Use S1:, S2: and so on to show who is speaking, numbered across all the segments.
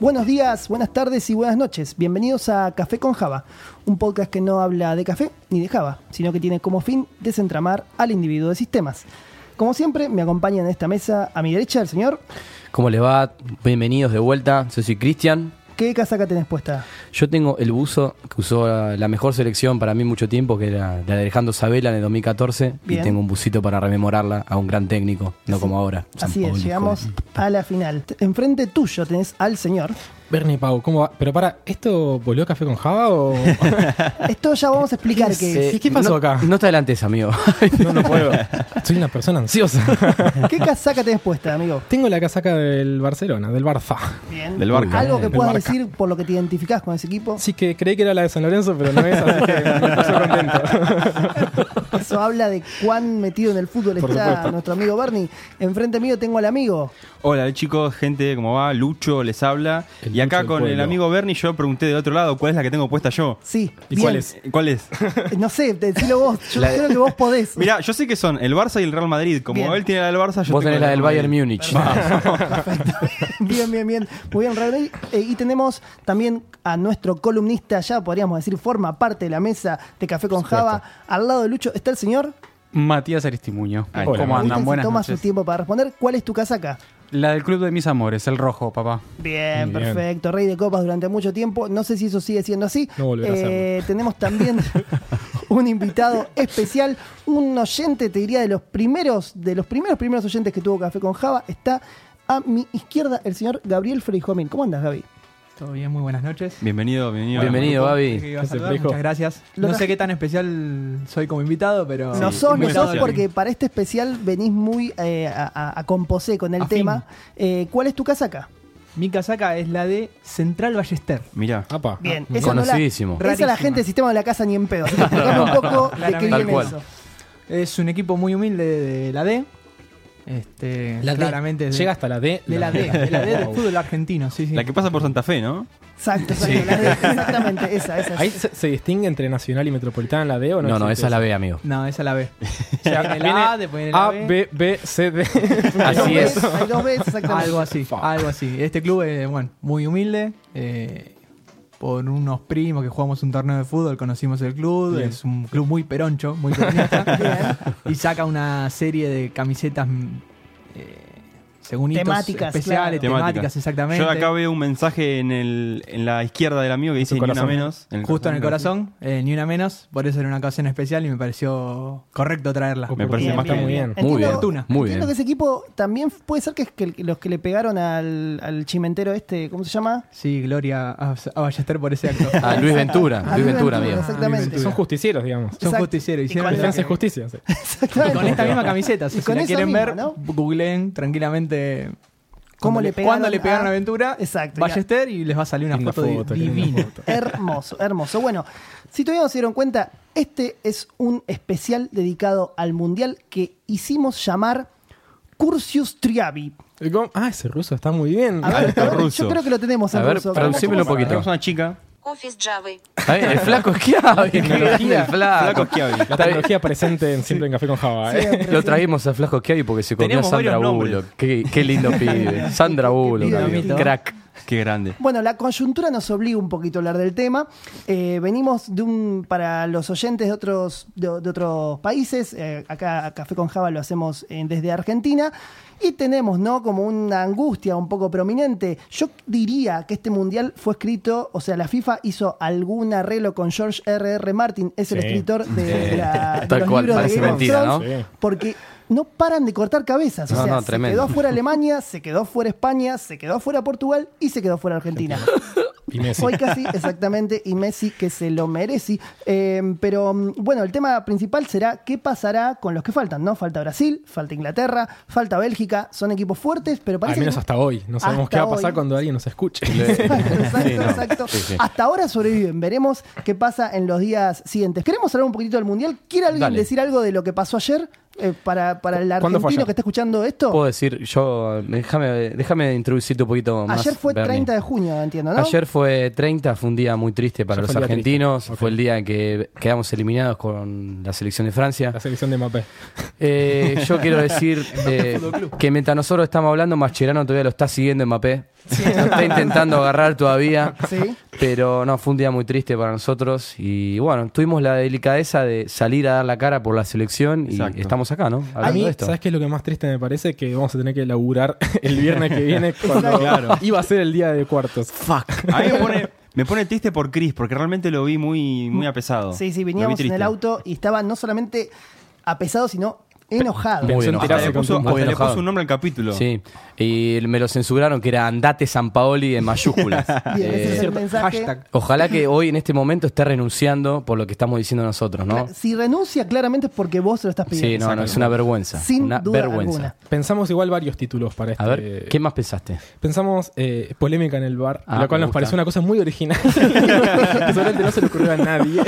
S1: Buenos días, buenas tardes y buenas noches. Bienvenidos a Café con Java, un podcast que no habla de café ni de Java, sino que tiene como fin desentramar al individuo de sistemas. Como siempre, me acompaña en esta mesa a mi derecha el señor.
S2: ¿Cómo les va? Bienvenidos de vuelta. Yo soy Cristian.
S1: ¿Qué casaca tenés puesta?
S2: Yo tengo el buzo que usó la la mejor selección para mí mucho tiempo, que era la de Alejandro Sabela en el 2014.
S1: Bien.
S2: Y tengo un bucito para rememorarla a un gran técnico, no como ahora. San
S1: Así es,
S2: Pauli,
S1: llegamos
S2: joder.
S1: a la final. Enfrente tuyo tenés al señor.
S3: Bernie Pau, ¿cómo va? Pero para, ¿esto volvió Café con Java o.?
S1: Esto ya vamos a explicar qué
S3: ¿Qué- qué pasó
S2: no-
S3: acá?
S2: No te adelantes, amigo.
S3: no, no puedo. Soy una persona ansiosa.
S1: es. ¿Qué casaca tenés puesta, amigo?
S3: Tengo la casaca del Barcelona, del Barça.
S1: Bien.
S4: Del Barca.
S1: Algo que
S3: Del
S1: puedas
S3: Barca.
S1: decir por lo que te identificás con ese equipo.
S3: Así que creí que era la de San Lorenzo, pero no es, así que me puso contento.
S1: Eso habla de cuán metido en el fútbol
S3: Por
S1: está
S3: supuesto.
S1: nuestro amigo Bernie. Enfrente mío tengo al amigo.
S4: Hola chicos, gente, ¿cómo va? Lucho les habla.
S3: El
S4: y acá
S3: Lucho del
S4: con el
S3: pueblo.
S4: amigo Bernie yo pregunté de otro lado cuál es la que tengo puesta yo.
S1: Sí.
S3: ¿Y
S1: bien.
S3: cuál es?
S4: Eh, ¿Cuál es?
S1: No sé, decilo vos. Yo creo que vos podés.
S4: Mirá, yo sé que son el Barça y el Real Madrid. Como
S1: Bien.
S4: él tiene la del Barça, yo
S2: Vos
S4: tengo
S2: tenés la del Bayern Múnich.
S1: Bien, bien, bien. Muy bien, Raúl. Eh, y tenemos también a nuestro columnista, ya podríamos decir, forma parte de la mesa de Café con Java. Al lado de Lucho está el señor.
S5: Matías Aristimuño.
S4: Ahí
S3: está.
S5: ¿Cómo
S1: Usted
S5: andan?
S1: se
S5: Buenas
S1: toma
S5: noches.
S1: su tiempo para responder. ¿Cuál es tu casaca?
S5: La del Club de Mis Amores, el rojo, papá.
S1: Bien,
S3: Bien.
S1: perfecto. Rey de copas durante mucho tiempo. No sé si eso sigue siendo así. Eh,
S3: No volverá a
S1: tenemos también un invitado especial, un oyente, te diría de los primeros, de los primeros primeros oyentes que tuvo Café con Java está a mi izquierda el señor Gabriel Frijomín. ¿Cómo andas, Gaby?
S6: Todo bien, muy buenas noches.
S4: Bienvenido, bienvenido.
S2: Bienvenido,
S6: Dije que
S2: Babi.
S6: iba a
S3: ¿Qué se
S6: saludar,
S3: dijo?
S6: muchas gracias.
S1: Lo
S6: No
S1: traje-
S6: sé qué tan especial soy como invitado,
S2: Ah,
S6: pero.
S1: No sos, no
S4: muy
S1: sos,
S4: especial.
S1: porque para este especial venís muy eh, a, a- a composé con el
S6: Afín.
S1: tema. Eh, ¿Cuál es tu casaca?
S6: Mi casaca es la de Central Ballester.
S4: Mirá.
S3: Apa.
S1: Bien,
S3: Ah,
S1: esa no la,
S2: Conocidísimo.
S1: esa la
S6: Rarísima.
S1: gente del sistema de la casa ni en pedo. Así que explícame un poco de qué
S6: Claramente.
S2: Tal
S1: viene
S2: cual.
S1: eso.
S6: Es un equipo muy humilde de la D. Este,
S3: La D.
S6: claramente es de,
S3: Llega hasta la D.
S6: de la D, de la D del fútbol argentino, sí, sí.
S4: La que pasa por Santa Fe, ¿no?
S1: Exacto, exacto, la de- exactamente, esa, esa.
S3: ¿Ahí se, se distingue entre nacional y metropolitana la D o no?
S2: No, no,
S3: existe
S2: esa es la
S3: eso?
S2: B, amigo.
S6: No, esa es la B.
S3: sea,
S6: Viene la A, después viene la
S3: A,
S6: B.
S3: B, B, C, D.
S1: Hay dos
S2: Así
S1: veces,
S2: es.
S1: Hay dos veces, exactamente.
S6: Algo así, algo así. Este club es, bueno, muy humilde. eh, por unos primos que jugamos un torneo de fútbol, conocimos el club.
S3: Bien.
S6: Es un club muy peroncho, muy peronista. y saca una serie de camisetas eh, según hitos
S1: Temáticas,
S6: especiales,
S4: claro.
S6: temáticas,
S4: Temáticas.
S6: exactamente.
S4: Yo acá veo un mensaje en, el, en la izquierda del amigo que dice
S3: tu
S4: ni una
S3: corazón.
S4: menos.
S6: Justo en el corazón, eh, ni una menos. Por eso era una ocasión especial y me pareció correcto traerla.
S4: Me parece
S1: Bien,
S4: más que
S1: bien,
S3: muy
S4: bien.
S3: bien.
S2: Muy bien.
S6: Fortuna.
S2: Muy
S1: Entiendo
S2: bien.
S1: que ese equipo también puede ser que, es que los que le pegaron al, al chimentero este, ¿cómo se llama?
S6: Sí, gloria a, a Ballester por ese acto.
S2: A Ah, Luis Ventura.
S1: A
S2: Luis Ventura, amigo.
S1: Exactamente.
S3: Son justicieros, digamos.
S6: Son
S1: Exacto.
S6: justicieros.
S1: Y
S6: hicieron
S1: cuando-
S3: Defensa y justicia. sí.
S1: Exactamente.
S6: con esta misma camiseta.
S1: Y
S6: Si,
S1: con
S6: la
S1: eso
S6: quieren
S1: mismo,
S6: ver,
S1: ¿no?
S6: googleen tranquilamente
S1: ¿Cómo
S6: cuando
S1: le pegaron
S6: cuándo le pegaron
S1: a-
S6: a Aventura,
S1: Exacto,
S6: Ballester, y les va a salir una
S3: Linda
S6: foto, di-
S3: foto, linda
S6: divina.
S3: foto.
S1: Hermoso, hermoso. Bueno, si todavía no se dieron cuenta, este es un especial dedicado al mundial que hicimos llamar Cursius Triabi.
S3: ¿Cómo? Ah, ese ruso está muy bien.
S1: A ver,
S4: está
S1: yo
S4: ruso.
S1: creo que lo tenemos en
S2: A ver,
S1: ruso.
S2: traducímelo un poquito.
S4: Tenemos una chica.
S7: Кофе с Java.
S2: Ahí, El flaco Schiavi. qué grande el
S4: Flaco
S2: flaco.
S4: Schiavi.
S3: La tecnología presente en siempre en Café con Java. ¿eh?
S1: Siempre,
S2: Lo trajimos a Flaco Schiavi porque se comió a
S4: Tenemos
S2: Sandra
S4: varios nombres.
S2: Bullock. Qué, qué lindo pibe. Sandra Bullock,
S1: pibe
S2: amigo.
S6: bonito.
S2: crack.
S4: Qué grande.
S1: Bueno, la coyuntura nos obliga un poquito a hablar del tema. Eh, venimos de un, para los oyentes de otros, de, de otros países, eh, acá a Café con Java lo hacemos eh, desde Argentina, y tenemos, ¿no? Como una angustia un poco prominente. Yo diría que este mundial fue escrito, o sea, la FIFA hizo algún arreglo con George R.R. Martin, es el
S3: Sí.
S1: escritor de,
S2: Sí.
S1: la, de
S2: Tal
S1: los
S2: cual,
S1: libros de
S2: parece
S1: Game of
S2: mentira,
S1: Thrones,
S2: ¿no?
S3: Sí.
S1: porque no paran de cortar cabezas. O
S2: No,
S1: sea,
S2: no,
S1: se
S2: tremendo.
S1: quedó fuera Alemania, se quedó fuera España, se quedó fuera Portugal y se quedó fuera Argentina.
S3: Y Messi.
S1: Hoy casi, exactamente, y Messi que se lo merece. Eh, pero mm, bueno, el tema principal será qué pasará con los que faltan, ¿no? Falta Brasil, falta Inglaterra, falta Bélgica, son equipos fuertes, pero
S3: Al
S1: parece
S3: menos
S1: que-
S3: hasta hoy. No sabemos
S1: Hasta
S3: qué va a pasar
S1: hoy.
S3: cuando alguien nos escuche.
S1: Exacto, exacto,
S2: Sí, no.
S1: exacto.
S2: Sí, sí.
S1: Hasta ahora sobreviven. Veremos qué pasa en los días siguientes. Queremos hablar un poquitito del mundial. ¿Quiere alguien
S2: Dale.
S1: decir algo de lo que pasó ayer? eh, para, para el
S3: ¿Cuándo
S1: argentino
S3: fue ayer?
S1: que está escuchando esto,
S3: Oh.
S2: Puedo decir, yo, eh, déjame, déjame introducirte un poquito más.
S1: ayer fue
S2: Bernie.
S1: 30 de junio, entiendo, ¿no?
S2: Ayer fue 30, fue un día muy triste para
S3: Ayer
S2: los
S3: fue un día
S2: argentinos.
S3: triste. Ok.
S2: Fue el día en que quedamos eliminados con la selección de Francia.
S3: La selección de Mbappé.
S2: Eh, yo quiero decir eh, que mientras nosotros estamos hablando, Mascherano todavía lo está siguiendo Mbappé. Lo está intentando agarrar todavía.
S1: Sí.
S2: Pero no, fue un día muy triste para nosotros. Y bueno, tuvimos la delicadeza de salir a dar la cara por la selección y
S4: Exacto.
S2: estamos acá, ¿no?
S3: A
S2: Hablando
S3: mí,
S2: de esto.
S3: ¿sabes qué es lo que más triste me parece? Que vamos a tener que laburar el viernes que viene cuando iba a ser el día de cuartos.
S4: A mí me pone, me pone triste por Chris, porque realmente lo vi muy, muy apesado.
S1: Sí, sí,
S4: Lo vi
S1: veníamos en
S4: triste.
S1: el auto y estaba no solamente apesado, sino enojado.
S2: Muy
S3: Pensó en
S2: enojado.
S4: Hasta
S3: Tirarse
S4: le
S3: con
S4: puso,
S3: tu-
S4: hasta
S2: muy
S4: le
S2: enojado.
S4: puso un nombre al capítulo.
S2: Sí, y me lo censuraron que era Andate San Paoli en mayúsculas.
S1: Bien,
S2: Eh,
S1: ese es el mensaje.
S6: Hashtag.
S2: Ojalá que hoy en este momento esté renunciando por lo que estamos diciendo nosotros, ¿no?
S1: Cla- Si renuncia, claramente es porque vos se lo estás
S2: Sí,
S1: pidiendo.
S2: no, no, es una vergüenza.
S1: Sin
S2: una
S1: duda
S2: vergüenza.
S1: alguna.
S3: Pensamos igual varios títulos para este.
S2: A ver, ¿qué más pensaste?
S3: Pensamos eh, polémica en el bar,
S2: Ah,
S3: lo cual
S2: me
S3: nos
S2: gusta.
S3: pareció una cosa muy original. que seguramente no se le ocurrió a nadie.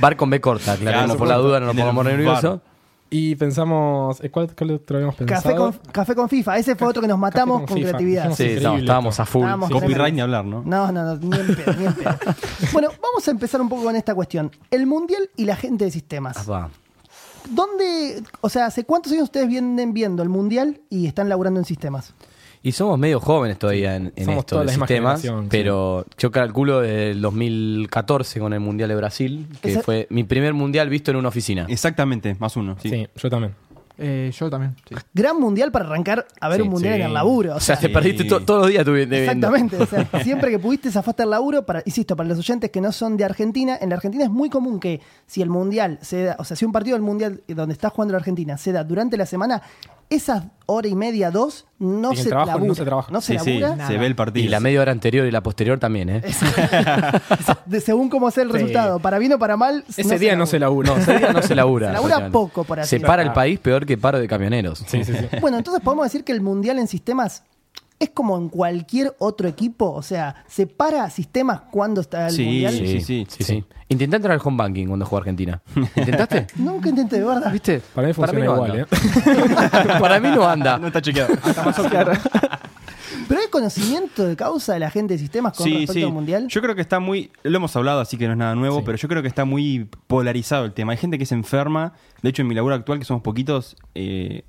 S2: Bar con B corta, aclaremos
S4: Claro,
S2: por la duda, no nos
S4: en el
S2: pongamos
S4: bar.
S2: nerviosos.
S3: Y pensamos. eh, ¿Cuál, cuál otro habíamos pensado?
S1: Café con, café con FIFA, ese fue otro que nos matamos
S3: con
S1: con,
S3: FIFA.
S1: creatividad.
S3: Dijimos,
S2: Sí,
S3: Increíble
S2: no, estábamos
S3: esto.
S2: a full.
S1: Estábamos
S2: Sí.
S4: Copyright ni hablar, ¿no?
S1: No, no, no, ni en pedo, ni en pedo. Bueno, vamos a empezar un poco con esta cuestión. El mundial y la gente de
S2: Ah,
S1: sistemas.
S2: va.
S1: ¿Dónde, o sea, hace cuántos años ustedes vienen viendo el mundial y están laburando en sistemas?
S2: Y somos medio jóvenes todavía en, en
S3: Somos
S2: esto
S3: toda
S2: del
S3: la misma
S2: sistema,
S3: generación, sí.
S2: pero yo calculo desde el 2014 con el Mundial de Brasil, que
S1: Esa-
S2: fue mi primer Mundial visto en una oficina.
S4: Exactamente, más uno. Sí.
S3: Sí. yo también.
S6: Eh, yo también. sí.
S1: Gran mundial para arrancar a ver
S2: Sí,
S1: un mundial
S4: sí.
S1: en el laburo.
S2: O sea, te perdiste to- todos los días estuviste viendo.
S1: Exactamente, o sea, siempre que pudiste zafaste el laburo, para, insisto, para los oyentes que no son de Argentina, en la Argentina es muy común que si el Mundial se da, o sea, si un partido del Mundial donde está jugando la Argentina se da durante la semana, esas hora y media, dos, no
S3: Y el
S1: se
S3: trabajo no
S1: labura.
S3: se trabaja.
S1: se
S4: Sí, sí,
S1: labura.
S4: se ve el partido.
S2: Y la media hora anterior y la posterior también, ¿eh?
S1: De, según cómo sea el
S3: Sí.
S1: resultado, para bien o para mal.
S3: Ese día no se labura.
S2: No, ese día no se labura.
S1: Se labura
S2: Fabián.
S1: poco, por así
S2: Se
S1: decirlo.
S2: para el país peor que paro de camioneros.
S3: Sí, sí, sí.
S1: Bueno, entonces podemos decir que el Mundial en sistemas es como en cualquier otro equipo, o sea, se para sistemas cuando está el
S4: Sí.
S1: Mundial.
S2: Sí, sí, sí.
S4: Sí.
S2: Intenté entrar al home banking cuando jugó Argentina. ¿Intentaste?
S1: Nunca intenté, de verdad.
S2: ¿Viste?
S3: Para mí funciona
S2: no
S3: igual,
S2: anda. Para mí no anda.
S4: Ah, No está chequeado.
S1: Pero hay conocimiento de causa de la gente de sistemas con
S4: Sí,
S1: respecto
S4: sí.
S1: al mundial.
S4: Yo creo que está muy. Lo hemos hablado, así que no es nada nuevo, pero yo creo que está muy polarizado el tema. Hay gente que se enferma. De hecho, en mi labor actual, que somos poquitos, eh,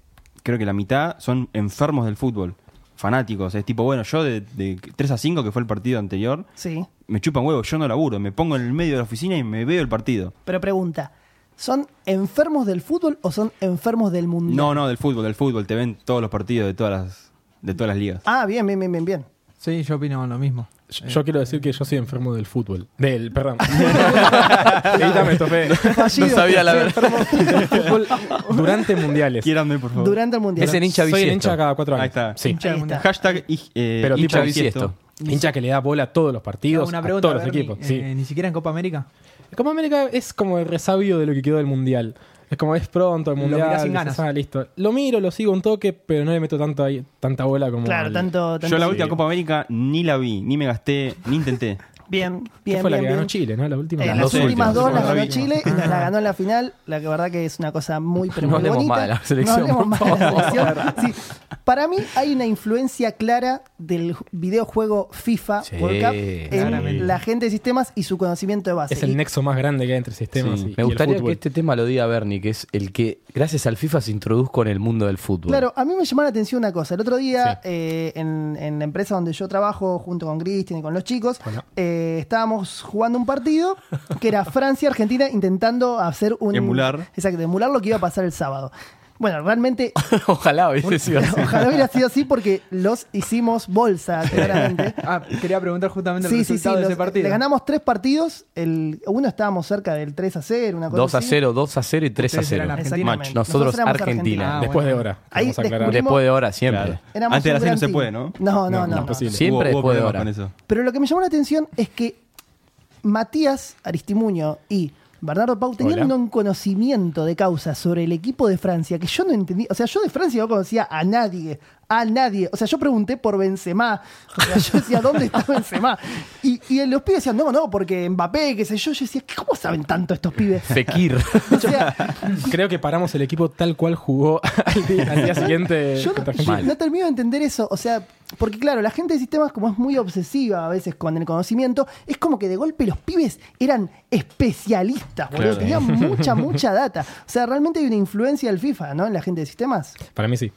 S4: creo que la mitad son enfermos del fútbol. Fanáticos. Es tipo, bueno, yo de, de 3 a 5, que fue el partido anterior,
S1: Sí.
S4: me chupan huevos. Yo no laburo. Me pongo en el medio de la oficina y me veo el partido.
S1: Pero pregunta, ¿son enfermos del fútbol o son enfermos del mundial?
S4: No, no, del fútbol, del fútbol. Te ven todos los partidos de todas las, de todas las ligas.
S1: Ah, bien, bien, bien, bien, bien.
S6: Sí, yo opino lo mismo.
S3: Yo, Eh, yo quiero decir que yo soy enfermo del fútbol. Del, perdón. Ahorita me topé.
S1: Fallido.
S2: No sabía la
S1: Sí,
S2: verdad.
S1: enfermo
S3: Del fútbol durante mundiales.
S4: Quieranme, por favor.
S1: Durante el mundial.
S2: Ese hincha
S3: Soy el
S2: bisiesto.
S3: hincha cada cuatro años.
S4: Ahí está.
S3: Sí.
S1: Ahí está.
S4: Hashtag hij- eh,
S3: Pero
S4: hincha
S2: tipo
S4: bisiesto.
S2: bisiesto.
S3: Hincha que le da bola a todos los partidos,
S6: Una
S3: a
S6: pregunta,
S3: todos los
S6: Bernie,
S3: equipos.
S6: eh,
S3: Sí.
S6: Ni siquiera en Copa América.
S3: Copa América es como el resabio de lo que quedó del Mundial. Es como es pronto el
S6: Lo
S3: Mundial.
S6: mirás sin
S3: decís,
S6: ganas.
S3: "Ah, listo. Lo miro, lo sigo un toque, pero no le meto tanto ahí- tanta bola como.
S1: Claro,
S3: al-
S1: tanto, tanto.
S4: Yo la última Copa América ni la vi, ni me gasté, ni intenté.
S1: Bien,
S3: ¿Qué
S1: bien,
S3: fue la
S1: bien,
S3: que ganó
S1: bien.
S3: Chile, no? La última.
S1: Eh,
S4: Las
S1: las,
S4: dos
S1: últimas
S4: últimas.
S1: dos las
S4: Las
S1: ganó
S4: dos
S1: Chile y nos la ganó en la final. La que verdad que es una cosa muy pero
S2: No
S1: muy
S2: hablemos
S1: bonita.
S2: más de la selección,
S1: No hablemos
S2: por
S1: más de la selección. Sí. Para mí hay una influencia clara del videojuego FIFA
S2: Sí,
S1: World Cup en
S3: claramente.
S1: la gente de sistemas y su conocimiento de base.
S3: Es el
S1: Y-
S3: nexo más grande que hay entre sistemas.
S2: Sí.
S3: y- y
S2: Me
S3: el
S2: gustaría
S3: fútbol.
S2: que este tema lo diga Bernie, que es el que, gracias al FIFA, se introdujo en el mundo del fútbol.
S1: Claro, a mí me llamó la atención una cosa. El otro día, eh, en, en la empresa donde yo trabajo, junto con Cristian y con los chicos, eh, estábamos jugando un partido que era Francia-Argentina intentando hacer un.
S4: Emular.
S1: Exacto, emular lo que iba a pasar el sábado. Bueno, realmente,
S2: Ojalá hubiese sido así.
S1: ojalá hubiera sido así porque los hicimos bolsa, claramente.
S6: Ah, quería preguntar justamente el
S1: Sí, sí, sí.
S6: resultado de
S1: los-
S6: ese partido.
S1: Le ganamos tres partidos. El, uno estábamos cerca del 3 a 0, una cosa
S2: 2 a
S1: así.
S2: 0, 2 a 0 y 3 a
S6: Ustedes eran
S2: 0.
S6: Argentina.
S1: Exactamente.
S2: Match. Nosotros
S1: éramos
S2: Argentina.
S6: Ah,
S3: Después
S6: bueno.
S3: de hora.
S1: Ahí
S3: queremos aclarar.
S1: descubrí-
S2: Después de horas, siempre.
S4: Claro.
S1: Éramos
S4: Antes de
S1: un
S4: las seis no
S1: gran
S4: se
S1: team.
S4: puede, ¿no?
S1: No, no,
S3: No,
S1: no.
S3: no es
S1: no.
S3: posible.
S2: Siempre
S4: Hubo- hubo
S2: después de
S4: problemas
S2: hora.
S4: con eso.
S1: Pero lo que me llamó la atención es que Matías Aristimuño y Bernardo Pau tenían
S3: Hola.
S1: un conocimiento de causa sobre el equipo de Francia que yo no entendía. O sea, yo de Francia no conocía a nadie a nadie. O sea, yo pregunté por Benzema. O sea, yo decía, ¿dónde está Benzema? Y, y los pibes decían, no, no, porque Mbappé, qué sé yo. Yo decía, "¿Qué- ¿cómo saben tanto estos pibes?
S2: Fekir.
S1: O sea,
S3: Creo que paramos el equipo tal cual jugó al día, al día siguiente
S1: yo no,
S3: contra
S1: yo
S3: Argentina.
S1: no termino de entender eso. O sea, porque claro, la gente de sistemas como es muy obsesiva a veces con el conocimiento, es como que de golpe los pibes eran especialistas, boludo.
S4: Claro.
S1: Tenían mucha, mucha data. O sea, realmente hay una influencia del FIFA, ¿no? En la gente de sistemas.
S3: Para mí sí.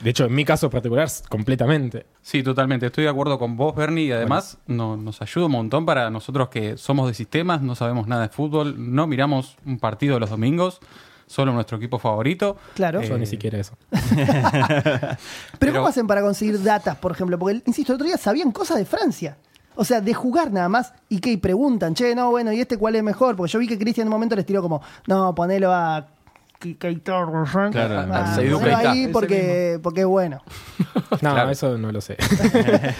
S3: De hecho, en mi caso particular, s- completamente.
S5: Sí, totalmente. Estoy de acuerdo con vos, Bernie, y además no- nos ayuda un montón para nosotros que somos de sistemas, no sabemos nada de fútbol, no miramos un partido los domingos, solo nuestro equipo favorito.
S1: Claro.
S5: Eh,
S3: Yo ni siquiera eso.
S1: Pero,
S5: Pero-
S1: ¿cómo hacen para conseguir datas, por ejemplo? Porque, insisto, el otro día sabían cosas de Francia. O sea, de jugar nada más. ¿Y qué? Y preguntan, che, no, bueno, ¿y este cuál es mejor? Porque yo vi que Cristian en un momento les tiró como, no, ponelo a... Kikeiter, ¿no? Ah,
S2: Seydou
S1: ponelo
S2: Keita.
S1: ahí
S6: Ese
S1: porque, porque es bueno.
S3: No, eso no lo sé.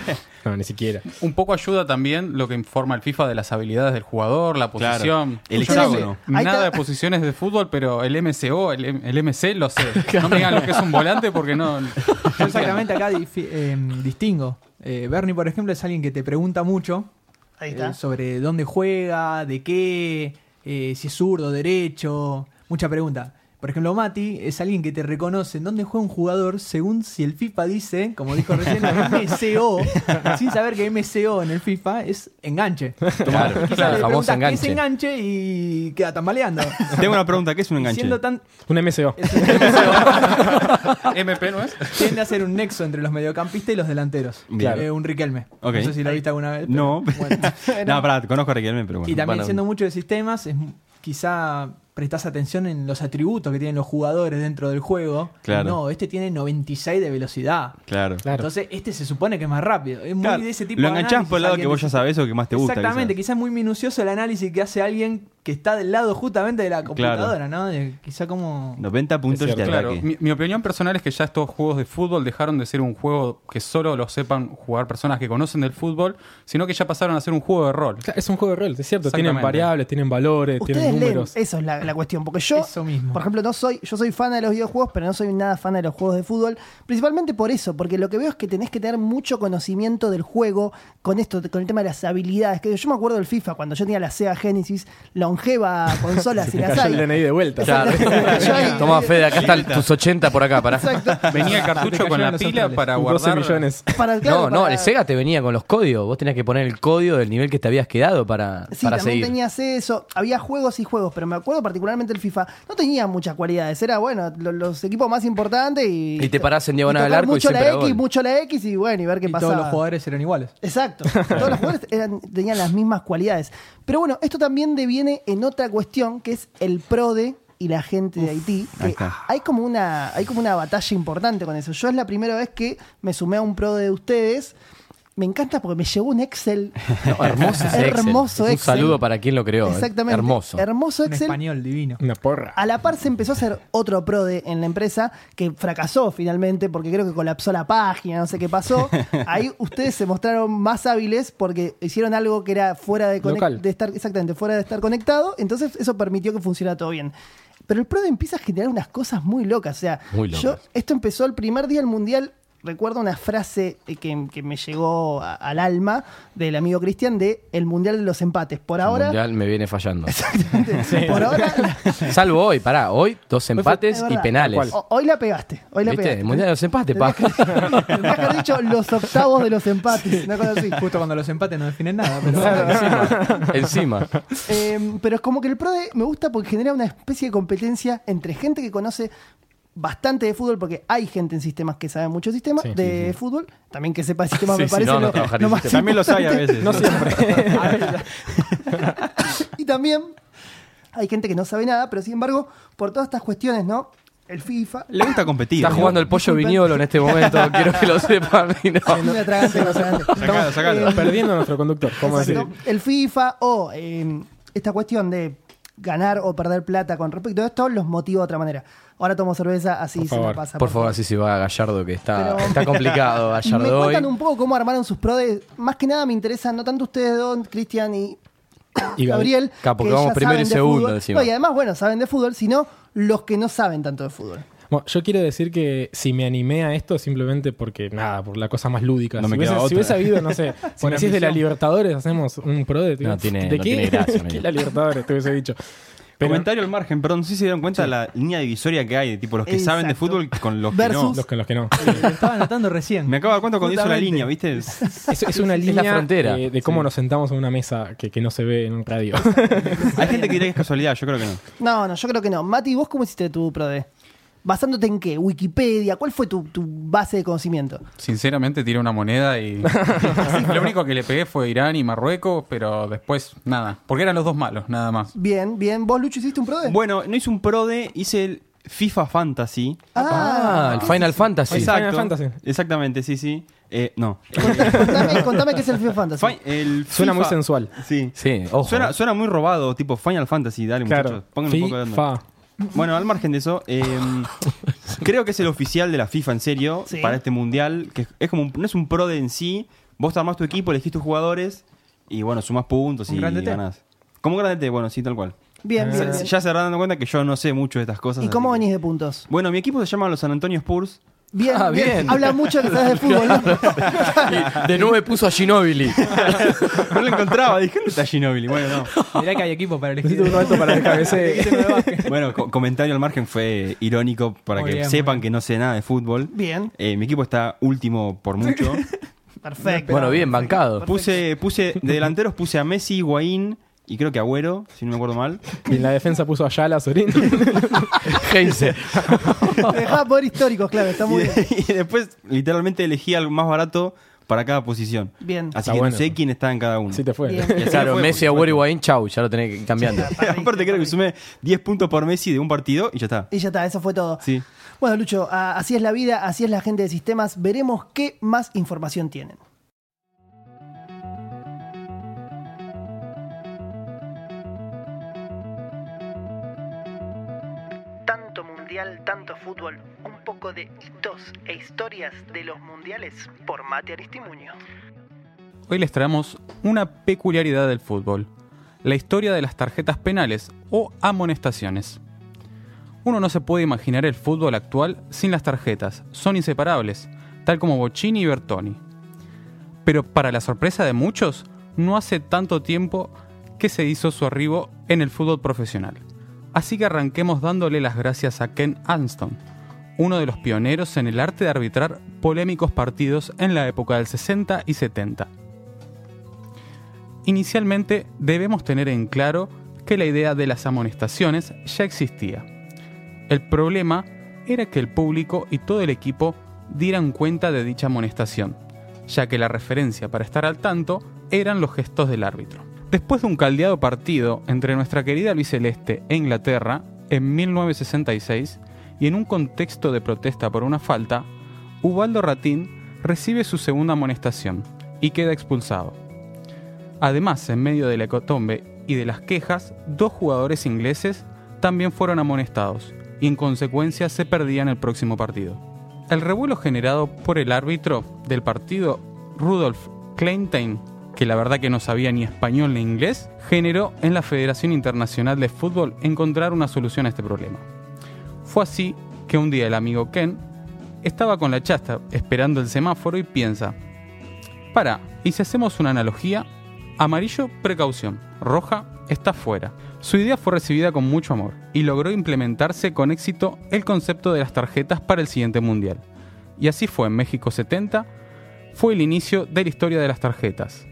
S3: no, ni siquiera.
S5: Un poco ayuda también lo que informa el FIFA de las habilidades del jugador, la
S4: Claro.
S5: posición.
S4: El
S5: Yo no sé
S4: hexágono.
S1: Ahí
S5: Nada
S1: está.
S5: de posiciones de fútbol, pero el MCO, el, M- el MC lo sé. No me digan lo que es un volante porque no.
S6: Yo exactamente acá difi- eh, distingo. Eh, Bernie, por ejemplo, es alguien que te pregunta mucho
S1: Ahí está.
S6: eh, sobre dónde juega, de qué, eh, si es zurdo, derecho, mucha pregunta. Por ejemplo, Mati es alguien que te reconoce en dónde juega un jugador según si el FIFA dice, como dijo recién, MCO, sin saber que MCO en el FIFA es enganche.
S2: Claro,
S6: Quizás
S2: claro,
S6: le
S2: famoso
S6: preguntas qué es
S2: enganche.
S6: enganche y queda tambaleando.
S4: Tengo una pregunta, ¿qué es un
S6: Y
S4: enganche?
S6: Siendo tan,
S3: Un MSO.
S5: MP no es.
S6: tiende a ser un nexo entre los mediocampistas y los delanteros.
S4: Bien.
S6: Eh, un Riquelme.
S4: Ok.
S6: No sé si lo viste alguna vez. pero
S4: No,
S6: bueno.
S4: no, pará, conozco a Riquelme, pero bueno.
S6: y también
S4: Bueno,
S6: siendo mucho de sistemas, es, m- quizá prestás atención en los atributos que tienen los jugadores dentro del juego.
S4: Claro.
S6: No, este tiene 96 de velocidad.
S4: Claro.
S3: Claro.
S6: Entonces, este se supone que es más rápido. Es muy
S4: Claro,
S6: de ese tipo
S4: Lo
S6: de
S4: enganchás por el
S6: análisis,
S4: lado que
S6: alguien
S4: vos
S6: dice-
S4: ya sabés o que más te gusta.
S6: Exactamente,
S4: quizás.
S6: quizás es muy minucioso el análisis que hace alguien que está del lado justamente de la computadora, ¿no? De quizá como...
S4: 90 puntos
S3: Es
S4: de
S3: cierto.
S5: Claro,
S4: ataque.
S5: mi, mi opinión personal es que ya estos juegos de fútbol dejaron de ser un juego que solo lo sepan jugar personas que conocen del fútbol, sino que ya pasaron a ser un juego de rol.
S3: Claro, Es un juego de rol, es cierto. Tienen
S5: Exactamente.
S3: variables, tienen valores,
S1: Ustedes
S3: tienen
S1: leen,
S3: números.
S1: eso es la, la cuestión, porque yo,
S6: Eso mismo.
S1: por ejemplo, no soy, yo soy fan de los videojuegos, pero no soy nada fan de los juegos de fútbol, principalmente por eso, porque lo que veo es que tenés que tener mucho conocimiento del juego con esto, con el tema de las habilidades, que yo me acuerdo del FIFA, cuando yo tenía la Sega Genesis, longeva consolas y las
S3: Cayó el E.
S1: hay.
S3: DNI de vuelta.
S1: Claro. Yo ahí-
S2: Toma, Fede, acá están tus 80 por acá, pará.
S1: Exacto.
S5: Venía el cartucho
S6: cayeron
S5: con la
S6: los
S5: pila
S6: australes.
S5: para
S3: 12
S5: guardar.
S3: millones.
S1: Para, claro,
S2: No, no,
S1: para-
S2: el Sega te venía con los códigos. Vos tenías que poner el código del nivel que te habías quedado para,
S1: Sí,
S2: para
S1: también
S2: seguir.
S1: tenías eso. Había juegos y juegos, pero me acuerdo particularmente el FIFA. No tenía muchas cualidades. Era, bueno, lo- los equipos más importantes y.
S2: Y te parás en diagonal
S1: y
S2: al
S1: tocar
S2: arco y
S1: mucho la
S2: siempre
S1: X,
S2: era gol.
S1: mucho la X y bueno, y ver qué
S6: y
S1: pasaba.
S6: todos los jugadores eran iguales.
S1: Exacto. Todos los jugadores eran- tenían las mismas cualidades. Pero bueno, esto también deviene en otra cuestión que es el PRODE y la gente de Haití. que
S4: ahí está.
S1: hay como una hay como una batalla importante con eso. Yo es la primera vez que me sumé a un PRODE de ustedes. Me encanta porque me llegó un Excel.
S2: No, hermoso ese Excel.
S1: Hermoso
S2: Un
S1: Excel.
S2: saludo para quien lo creó. eh.
S1: Exactamente.
S2: Hermoso.
S1: Hermoso
S6: Un
S1: Excel.
S6: español divino.
S3: Una porra.
S1: A la par se empezó a hacer otro PRODE en la empresa que fracasó finalmente porque creo que colapsó la página, no sé qué pasó. Ahí ustedes se mostraron más hábiles porque hicieron algo que era fuera de, conec-
S3: Local.
S1: de estar exactamente fuera de estar conectado, entonces eso permitió que funcionara todo bien. Pero el PRODE empieza a generar unas cosas muy locas, o sea,
S2: Muy locas.
S1: yo esto empezó el primer día del Mundial. Recuerdo una frase eh, que, que me llegó a- al alma del amigo Cristian de el Mundial de los Empates. Por
S2: El
S1: ahora,
S2: mundial me viene fallando.
S1: por ahora
S2: Salvo hoy, pará. Hoy dos empates
S1: Es
S2: y
S1: verdad.
S2: penales.
S1: O- hoy la pegaste. Hoy la
S2: ¿Viste?
S1: pegaste.
S2: El mundial de los empates, pa.
S1: Tendrías que haber dicho los octavos de los empates. Una cosa así.
S6: Justo cuando los empates no definen nada, pero...
S2: Encima.
S1: Eh, pero es como que el PRODE me gusta porque genera una especie de competencia entre gente que conoce bastante de fútbol, porque hay gente en sistemas que sabe mucho de sistemas,
S3: Sí.
S1: de fútbol, también que sepa de sistemas
S2: Sí,
S1: me
S2: sí,
S1: parece
S2: no, no
S1: lo-
S2: trabajar
S1: lo
S2: en
S1: más
S2: sistemas.
S4: También los hay a
S1: importante.
S4: veces.
S3: No siempre.
S1: Y también hay gente que no sabe nada, pero sin embargo, por todas estas cuestiones, ¿no? El FIFA...
S4: Le gusta competir.
S2: Está
S4: ¿no?
S2: jugando el pollo
S1: Disculpen.
S2: viñolo en este momento. Quiero que lo sepan. y no.
S1: Me atraganté, me atraganté.
S4: Sacalo, sacalo.
S1: Eh,
S3: Perdiendo a nuestro conductor. ¿Cómo
S1: Exacto.
S3: decir?
S1: El FIFA o eh, esta cuestión de ganar o perder plata con respecto a esto los motiva de otra manera. Ahora tomo cerveza, así
S3: Por
S1: se me
S3: favor.
S1: pasa.
S2: Por favor, así se va Gallardo, que está,
S1: Pero-
S2: está complicado
S1: Me
S2: Gallardo hoy.
S1: cuentan un poco cómo armaron sus prodes. Más que nada me interesan, no tanto ustedes, Don, Cristian y,
S3: Y Gab-
S1: Gabriel.
S2: Capo, que
S1: ya
S2: vamos primero
S1: saben
S2: y
S1: de
S2: segundo
S1: fútbol.
S2: encima.
S1: No, y además, bueno, saben de fútbol, sino los que no saben tanto de fútbol.
S3: Bueno, yo quiero decir que si me animé a esto simplemente porque, nada, por la cosa más lúdica.
S4: No
S3: si,
S4: me
S3: hubiese,
S4: queda
S3: si hubiese
S4: otra.
S3: habido, no sé, bueno, si es de la Libertadores, hacemos un pro de...
S2: No tiene-
S3: ¿De
S2: no
S3: qué?
S2: tiene gracia,
S3: ¿Qué
S2: no.
S3: la Libertadores? Te hubiese dicho. Pero
S4: Comentario al margen, perdón, no sé si se dieron cuenta de la línea divisoria que hay, de tipo los que saben de
S1: Exacto.
S4: fútbol con los
S1: Versus-
S3: los que, los que no.
S6: Lo estaba anotando
S4: que
S6: recién.
S4: no. Me acabo de dar cuenta cuando hizo la
S6: Justamente.
S4: línea, ¿viste?
S3: Es, es una
S2: Es la
S3: línea
S2: frontera.
S3: eh, de cómo nos sentamos en una mesa que, que no se ve en un radio.
S4: Hay gente que diría que es casualidad, yo creo que no.
S1: No, no, yo creo que no. Mati, ¿vos cómo hiciste tu pro de? ¿Basándote en qué? ¿Wikipedia? ¿Cuál fue tu, tu base de conocimiento?
S5: Sinceramente tiré una moneda y lo único que le pegué fue Irán y Marruecos, pero después nada, porque eran los dos malos, nada más.
S1: Bien, bien. ¿Vos, Lucho, hiciste un pro de?
S4: Bueno, no hice un pro de, hice el FIFA Fantasy.
S2: Ah, el Final Fantasy.
S3: Exacto. Final Fantasy.
S4: Exactamente, sí, sí. Eh, no.
S1: Ah, contame, contame qué es el FIFA Fantasy.
S4: Fi- el
S3: Suena muy
S4: FIFA-
S3: sensual.
S4: Sí.
S2: Sí, ojo.
S4: Suena, suena muy robado, tipo Final Fantasy, dale
S3: Claro.
S4: muchachos. Pongan un poco de onda.
S3: FIFA.
S4: Bueno, al margen de eso, eh, creo que es el oficial de la FIFA en serio
S1: Sí.
S4: para este mundial, que es como un- no es un pro de en sí, vos armás tu equipo, elegís tus jugadores y bueno, sumás puntos
S6: Un
S4: y
S6: grande T.
S4: ganás. Como un grande T, bueno, sí, tal cual.
S1: Bien, bien.
S4: Se-
S1: bien.
S4: Ya se habrán dado cuenta que yo no sé mucho de estas cosas.
S1: Ah. ¿Y
S4: así
S1: cómo
S4: que-
S1: venís de puntos?
S4: Bueno, mi equipo se llama los San Antonio Spurs.
S1: Bien,
S2: Ah,
S1: bien.
S2: bien.
S1: Habla mucho que sabes de fútbol, ¿no?
S2: Y de nueve puso a Ginobili.
S4: No lo encontraba, dije, ¿dónde está Ginobili? Bueno, no.
S6: Mirá que hay equipo para elegir.
S3: Necesito un momento para que cabecee.
S4: Bueno, co- comentario al margen fue irónico para
S6: Muy
S4: que
S6: bien, muy
S4: sepan
S6: bien.
S4: que no sé nada de fútbol.
S1: Bien,
S4: Eh, mi equipo está último por mucho.
S1: perfecto.
S2: Bueno, bien, bancado.
S4: Puse, puse, de delanteros puse a Messi, Higuaín y creo que Agüero, si no me acuerdo mal.
S3: Y en la defensa puso a Yala, Sorín.
S2: Heinze.
S1: Dejá poder históricos, claro, está
S4: Y,
S1: muy bien.
S4: y después, literalmente, elegí algo más barato para cada posición.
S1: Bien.
S4: Así
S3: Está
S4: que
S3: bueno.
S4: no sé quién está en cada uno.
S3: Sí te fue.
S1: Bien.
S4: Y así
S2: Claro,
S4: fue,
S2: Messi,
S4: porque-
S2: Agüero y Guaín, chau, ya lo tenés que ir cambiando.
S4: Aparte, creo que sumé 10 puntos por Messi de un partido y ya está.
S1: Y ya está, eso fue todo.
S4: Sí.
S1: Bueno, Lucho, a- así es la vida, así es la gente de sistemas. Veremos qué más información tienen. Tanto mundial, tanto fútbol, un poco de hitos e historias de los mundiales por Mate Aristimuño.
S5: Hoy les traemos una peculiaridad del fútbol, la historia de las tarjetas penales o amonestaciones. Uno no se puede imaginar el fútbol actual sin las tarjetas, son inseparables, tal como Bocini y Bertoni. Pero para la sorpresa de muchos, no hace tanto tiempo que se hizo su arribo en el fútbol profesional. Así que arranquemos dándole las gracias a Ken Anston, uno de los pioneros en el arte de arbitrar polémicos partidos en la época del 60 y 70. Inicialmente debemos tener en claro que la idea de las amonestaciones ya existía. El problema era que el público y todo el equipo dieran cuenta de dicha amonestación, ya que la referencia para estar al tanto eran los gestos del árbitro. Después de un caldeado partido entre nuestra querida Luis Celeste e Inglaterra en 1966 y en un contexto de protesta por una falta, Ubaldo Ratín recibe su segunda amonestación y queda expulsado. Además, en medio de la ecotombe y de las quejas, dos jugadores ingleses también fueron amonestados y en consecuencia se perdían el próximo partido. El revuelo generado por el árbitro del partido, Rudolf Kleinstein, que la verdad que no sabía ni español ni inglés, generó en la Federación Internacional de Fútbol encontrar una solución a este problema. Fue así que un día el amigo Ken estaba con la chasta esperando el semáforo y piensa, para, y si hacemos una analogía, amarillo, precaución, roja, está fuera. Su idea fue recibida con mucho amor y logró implementarse con éxito el concepto de las tarjetas para el siguiente mundial. Y así fue en México 70, fue el inicio de la historia de las tarjetas.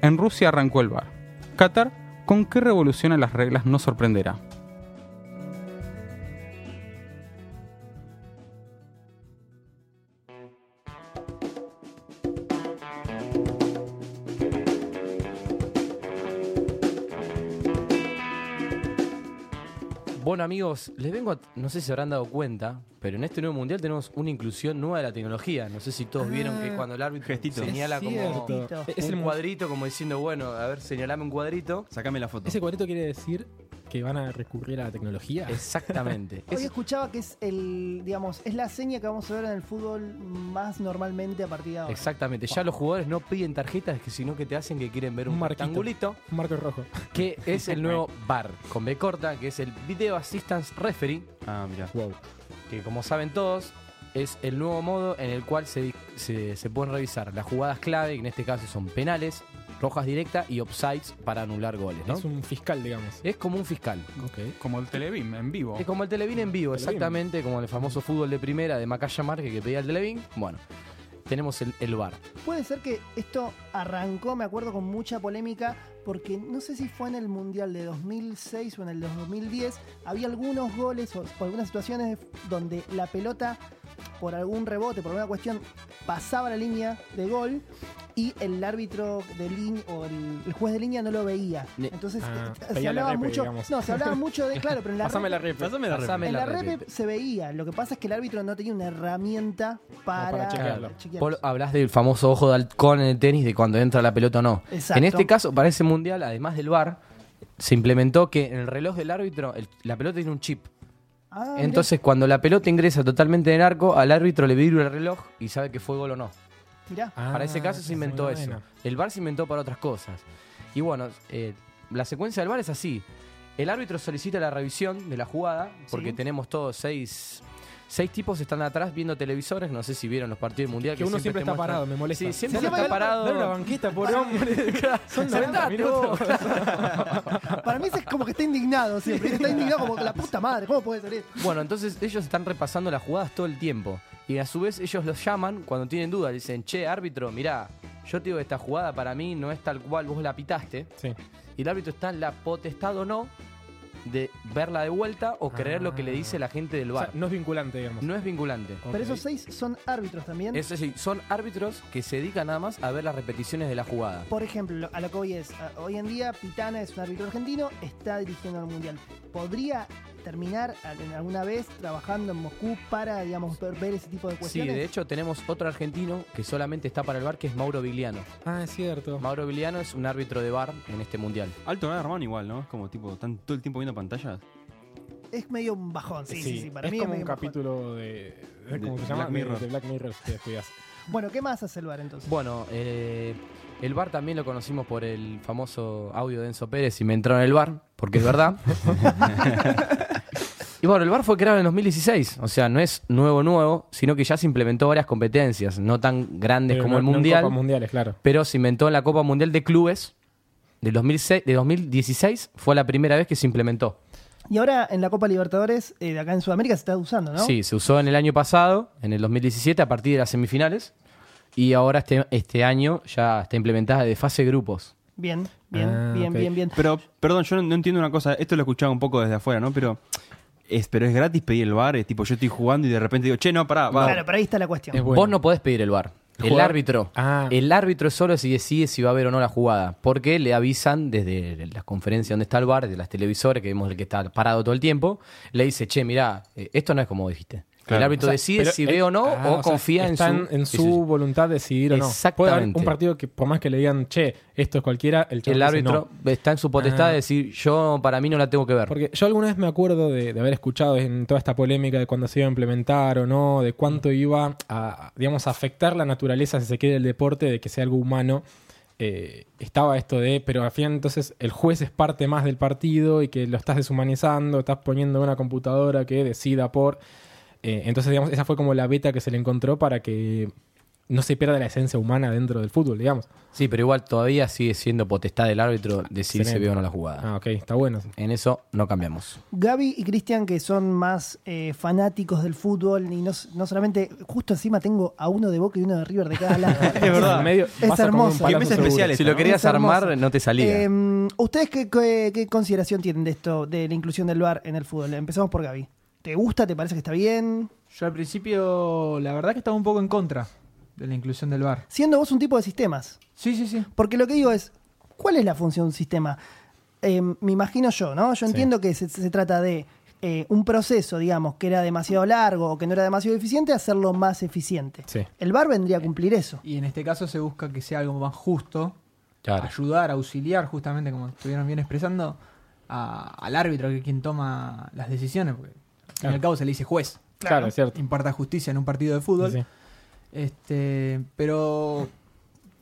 S5: En Rusia arrancó el bar. Qatar, ¿con qué revoluciona las reglas no sorprenderá?
S2: Bueno, amigos, les vengo a. No sé si se habrán dado cuenta, pero en este nuevo mundial tenemos una inclusión nueva de la tecnología. No sé si todos vieron que cuando el árbitro
S4: Gestito.
S2: señala como.
S1: Cierto.
S3: Es el
S2: un
S3: cuadrito.
S2: cuadrito, como diciendo, bueno, a ver, señalame un cuadrito.
S4: Sacame la foto.
S3: Ese cuadrito quiere decir que van a recurrir a la tecnología.
S2: Exactamente.
S1: Hoy
S2: Es-
S1: escuchaba que es el, digamos, es la seña que vamos a ver en el fútbol más normalmente a partir de ahora.
S2: exactamente. Ya los jugadores no piden tarjetas, que sino que te hacen que quieren ver un,
S3: Un marquito.
S2: rectangulito,
S3: Un marco rojo.
S2: que es el nuevo VAR, con B corta, que es el Video Assistance Referee,
S4: Ah, mira.
S3: Wow.
S2: que como saben todos, es el nuevo modo en el cual se, di- se- se pueden revisar las jugadas clave, que en este caso son penales, rojas directas y offsides para anular goles, ¿no?
S3: Es un fiscal, digamos.
S2: Es como un fiscal.
S3: Ok.
S5: Como el Televim en vivo.
S2: Es como el Televín en vivo,
S3: Oh. Televín.
S2: exactamente, como el famoso fútbol de primera de Macaya Márquez que pedía el Televín. Bueno, tenemos el, el bar.
S1: Puede ser que esto arrancó, me acuerdo, con mucha polémica, porque no sé si fue en el Mundial de 2006 o en el 2010, había algunos goles o, o algunas situaciones donde la pelota, por algún rebote, por alguna cuestión, pasaba la línea de gol y el árbitro de línea o el, el juez de línea no lo veía.
S2: Ni-
S1: Entonces,
S3: Ah,
S1: eh, se
S3: pedía la
S1: hablaba
S3: repe,
S1: mucho.
S3: digamos.
S1: No, se hablaba mucho de. Claro, pero en la
S3: Pásame
S1: repe-
S3: la repa.
S4: Pásame la rep.
S2: Pásame
S1: en la
S2: repe.
S1: rep se veía, lo que pasa es que el árbitro no tenía una herramienta para,
S3: para chequearlo.
S1: chequearlo.
S2: Vos hablas del famoso ojo de halcón en el tenis de cuando entra la pelota o no.
S1: Exacto.
S2: En este caso, para ese mundial, además del bar, se implementó que en el reloj del árbitro el- la pelota tiene un chip.
S1: Ah, mirá.
S2: Entonces, cuando la pelota ingresa totalmente en el arco, al árbitro le vibra el reloj y sabe que fue gol o no.
S1: Mirá.
S3: Ah,
S2: para ese caso
S3: es
S2: se inventó
S3: muy
S2: eso.
S3: buena.
S2: El bar se inventó para otras cosas. Y bueno, eh, la secuencia del bar es así. El árbitro solicita la revisión de la jugada, porque
S1: Sí.
S2: tenemos todos seis, seis tipos están atrás viendo televisores, no sé si vieron los partidos del mundial.
S3: Que uno siempre
S2: te
S3: está
S2: muestran-
S3: parado, me molesta.
S2: Sí, siempre
S1: Se llama
S2: está
S1: el-
S2: parado.
S3: Dale una banqueta, por hombre. Son 90
S2: Sentate
S3: minutos.
S2: vos.
S1: Para mí es como que está indignado siempre. Está indignado como que la puta madre, ¿cómo puede ser eso?
S2: Bueno, entonces ellos están repasando las jugadas todo el tiempo. Y a su vez ellos los llaman cuando tienen dudas. Dicen, che, árbitro, mirá, yo te digo que esta jugada para mí no es tal cual vos la pitaste.
S3: Sí.
S2: Y el árbitro está en la potestad o no de verla de vuelta o creer lo que le dice la gente del
S3: Ah. O sea,
S2: bar.
S3: no es vinculante, digamos.
S2: No es vinculante.
S1: Pero esos seis son árbitros también.
S2: Es decir, son árbitros que se dedican nada más a ver las repeticiones de la jugada.
S1: Por ejemplo, lo- a lo que hoy es, a- hoy en día Pitana es un árbitro argentino, está dirigiendo al Mundial. ¿Podría terminar al- en alguna vez trabajando en Moscú para, digamos, ver, ver ese tipo de
S2: Sí,
S1: cuestiones?
S2: de hecho tenemos otro argentino que solamente está para el bar, que es Mauro Vigliano.
S3: Ah, es cierto.
S2: Mauro Vigliano es un árbitro de bar en este mundial.
S4: Alto gran hermano igual, ¿no? Es como tipo, están todo el tiempo viendo pantallas.
S1: Es medio un bajón, sí, sí, sí. para
S3: es
S1: mí
S3: como
S1: es medio
S3: un
S1: bajón.
S3: capítulo de, de- ¿Cómo
S4: De
S3: se llama?
S4: Black
S3: De-
S4: Mirror.
S3: De, Black Mirror, si te descuidas.
S1: Bueno, ¿qué más hace el bar entonces?
S2: Bueno, eh, el bar también lo conocimos por el famoso audio de Enzo Pérez y me entró en el bar, porque es verdad. y bueno, el bar fue creado en 2016, o sea, no es nuevo nuevo, sino que ya se implementó varias competencias, no tan grandes
S3: Pero
S2: como
S3: no-
S2: el
S3: no en
S2: Mundial,
S3: Copas mundiales, claro.
S2: pero se inventó en la Copa Mundial de Clubes del 2006, de 2016, fue la primera vez que se implementó.
S1: Y ahora en la Copa Libertadores, eh, de acá en Sudamérica se está usando, ¿no?
S2: Sí, se usó en el año pasado, en el 2017, a partir de las semifinales, y ahora este, este año ya está implementada de fase grupos.
S1: Bien, bien,
S3: Ah,
S1: bien,
S3: ok.
S1: bien, bien.
S4: Pero, perdón, yo no, no entiendo una cosa. Esto lo escuchaba un poco desde afuera, ¿no? Pero es, pero es gratis pedir el bar. Es tipo, yo estoy jugando y de repente digo, che, no, pará, va.
S1: Claro, pero ahí está la cuestión.
S3: Es bueno.
S2: Vos no podés pedir el bar. El
S3: Jugar-
S2: árbitro.
S3: Ah.
S2: El árbitro solo si decide si va a haber o no la jugada. Porque le avisan desde las conferencias donde está el bar, de las televisores, que vemos el que está parado todo el tiempo. Le dice, che, mirá, eh, esto no es como dijiste. El
S4: Claro.
S2: árbitro
S3: O sea,
S2: decide
S3: pero
S2: si
S3: él-
S2: ve o no
S3: Ah,
S2: o,
S3: sea,
S2: confía en
S3: están
S2: su...
S3: en
S2: sí,
S3: su
S2: sí, sí.
S3: voluntad de decidir o no. Puede haber
S2: Exactamente.
S3: un partido que, por más que le digan, che, esto es cualquiera, el, chabón
S2: El
S3: dice
S2: árbitro
S3: no.
S2: está en su potestad
S3: Ah.
S2: de decir, yo para mí no la tengo que ver.
S3: Porque yo alguna vez me acuerdo de, de haber escuchado en toda esta polémica de cuándo se iba a implementar o no, de cuánto iba a, digamos, a afectar la naturaleza, si se quiere, del deporte, de que sea algo humano. Eh, estaba esto de, pero al final entonces el juez es parte más del partido y que lo estás deshumanizando, estás poniendo una computadora que decida por... Eh, entonces, digamos, esa fue como la beta que se le encontró para que no se pierda la esencia humana dentro del fútbol, digamos.
S2: Sí, pero igual todavía sigue siendo potestad del árbitro decidir si
S3: Ah, Excelente.
S2: ve o no la jugada.
S3: Ah, ok, está bueno.
S2: En eso no cambiamos.
S1: Gaby y Cristian, que son más eh, fanáticos del fútbol, y no, no solamente, justo encima tengo a uno de Boca y uno de River de cada lado.
S4: Es verdad.
S3: Medio-
S1: Es
S3: vas a comer un
S1: hermoso.
S4: Qué
S3: palazo
S4: mesa
S3: seguro.
S4: especial
S2: Si
S4: esta,
S2: lo
S4: ¿no?
S2: querías
S1: Es hermoso.
S2: armar, no te salía.
S1: Eh, ¿Ustedes qué, qué- qué consideración tienen de esto, de la inclusión del VAR en el fútbol? Empezamos por Gaby. ¿Te gusta? ¿Te parece que está bien?
S6: Yo al principio, la verdad que estaba un poco en contra de la inclusión del bar.
S1: Siendo vos un tipo de sistemas.
S6: Sí, sí, sí.
S1: Porque lo que digo es, ¿cuál es la función de un sistema? Eh, me imagino yo, ¿no? Yo entiendo que se, se trata de eh, un proceso, digamos, que era demasiado largo o que no era demasiado eficiente, hacerlo más eficiente.
S3: Sí.
S1: El VAR vendría a cumplir eso.
S6: Y en este caso se busca que sea algo más justo,
S2: Claro.
S6: ayudar, auxiliar, justamente como estuvieron bien expresando, a- al árbitro, que es quien toma las decisiones, porque
S3: Claro.
S6: al cabo se le dice juez.
S3: Claro, es cierto.
S6: Imparta justicia en un partido de fútbol.
S3: Sí.
S6: Este, pero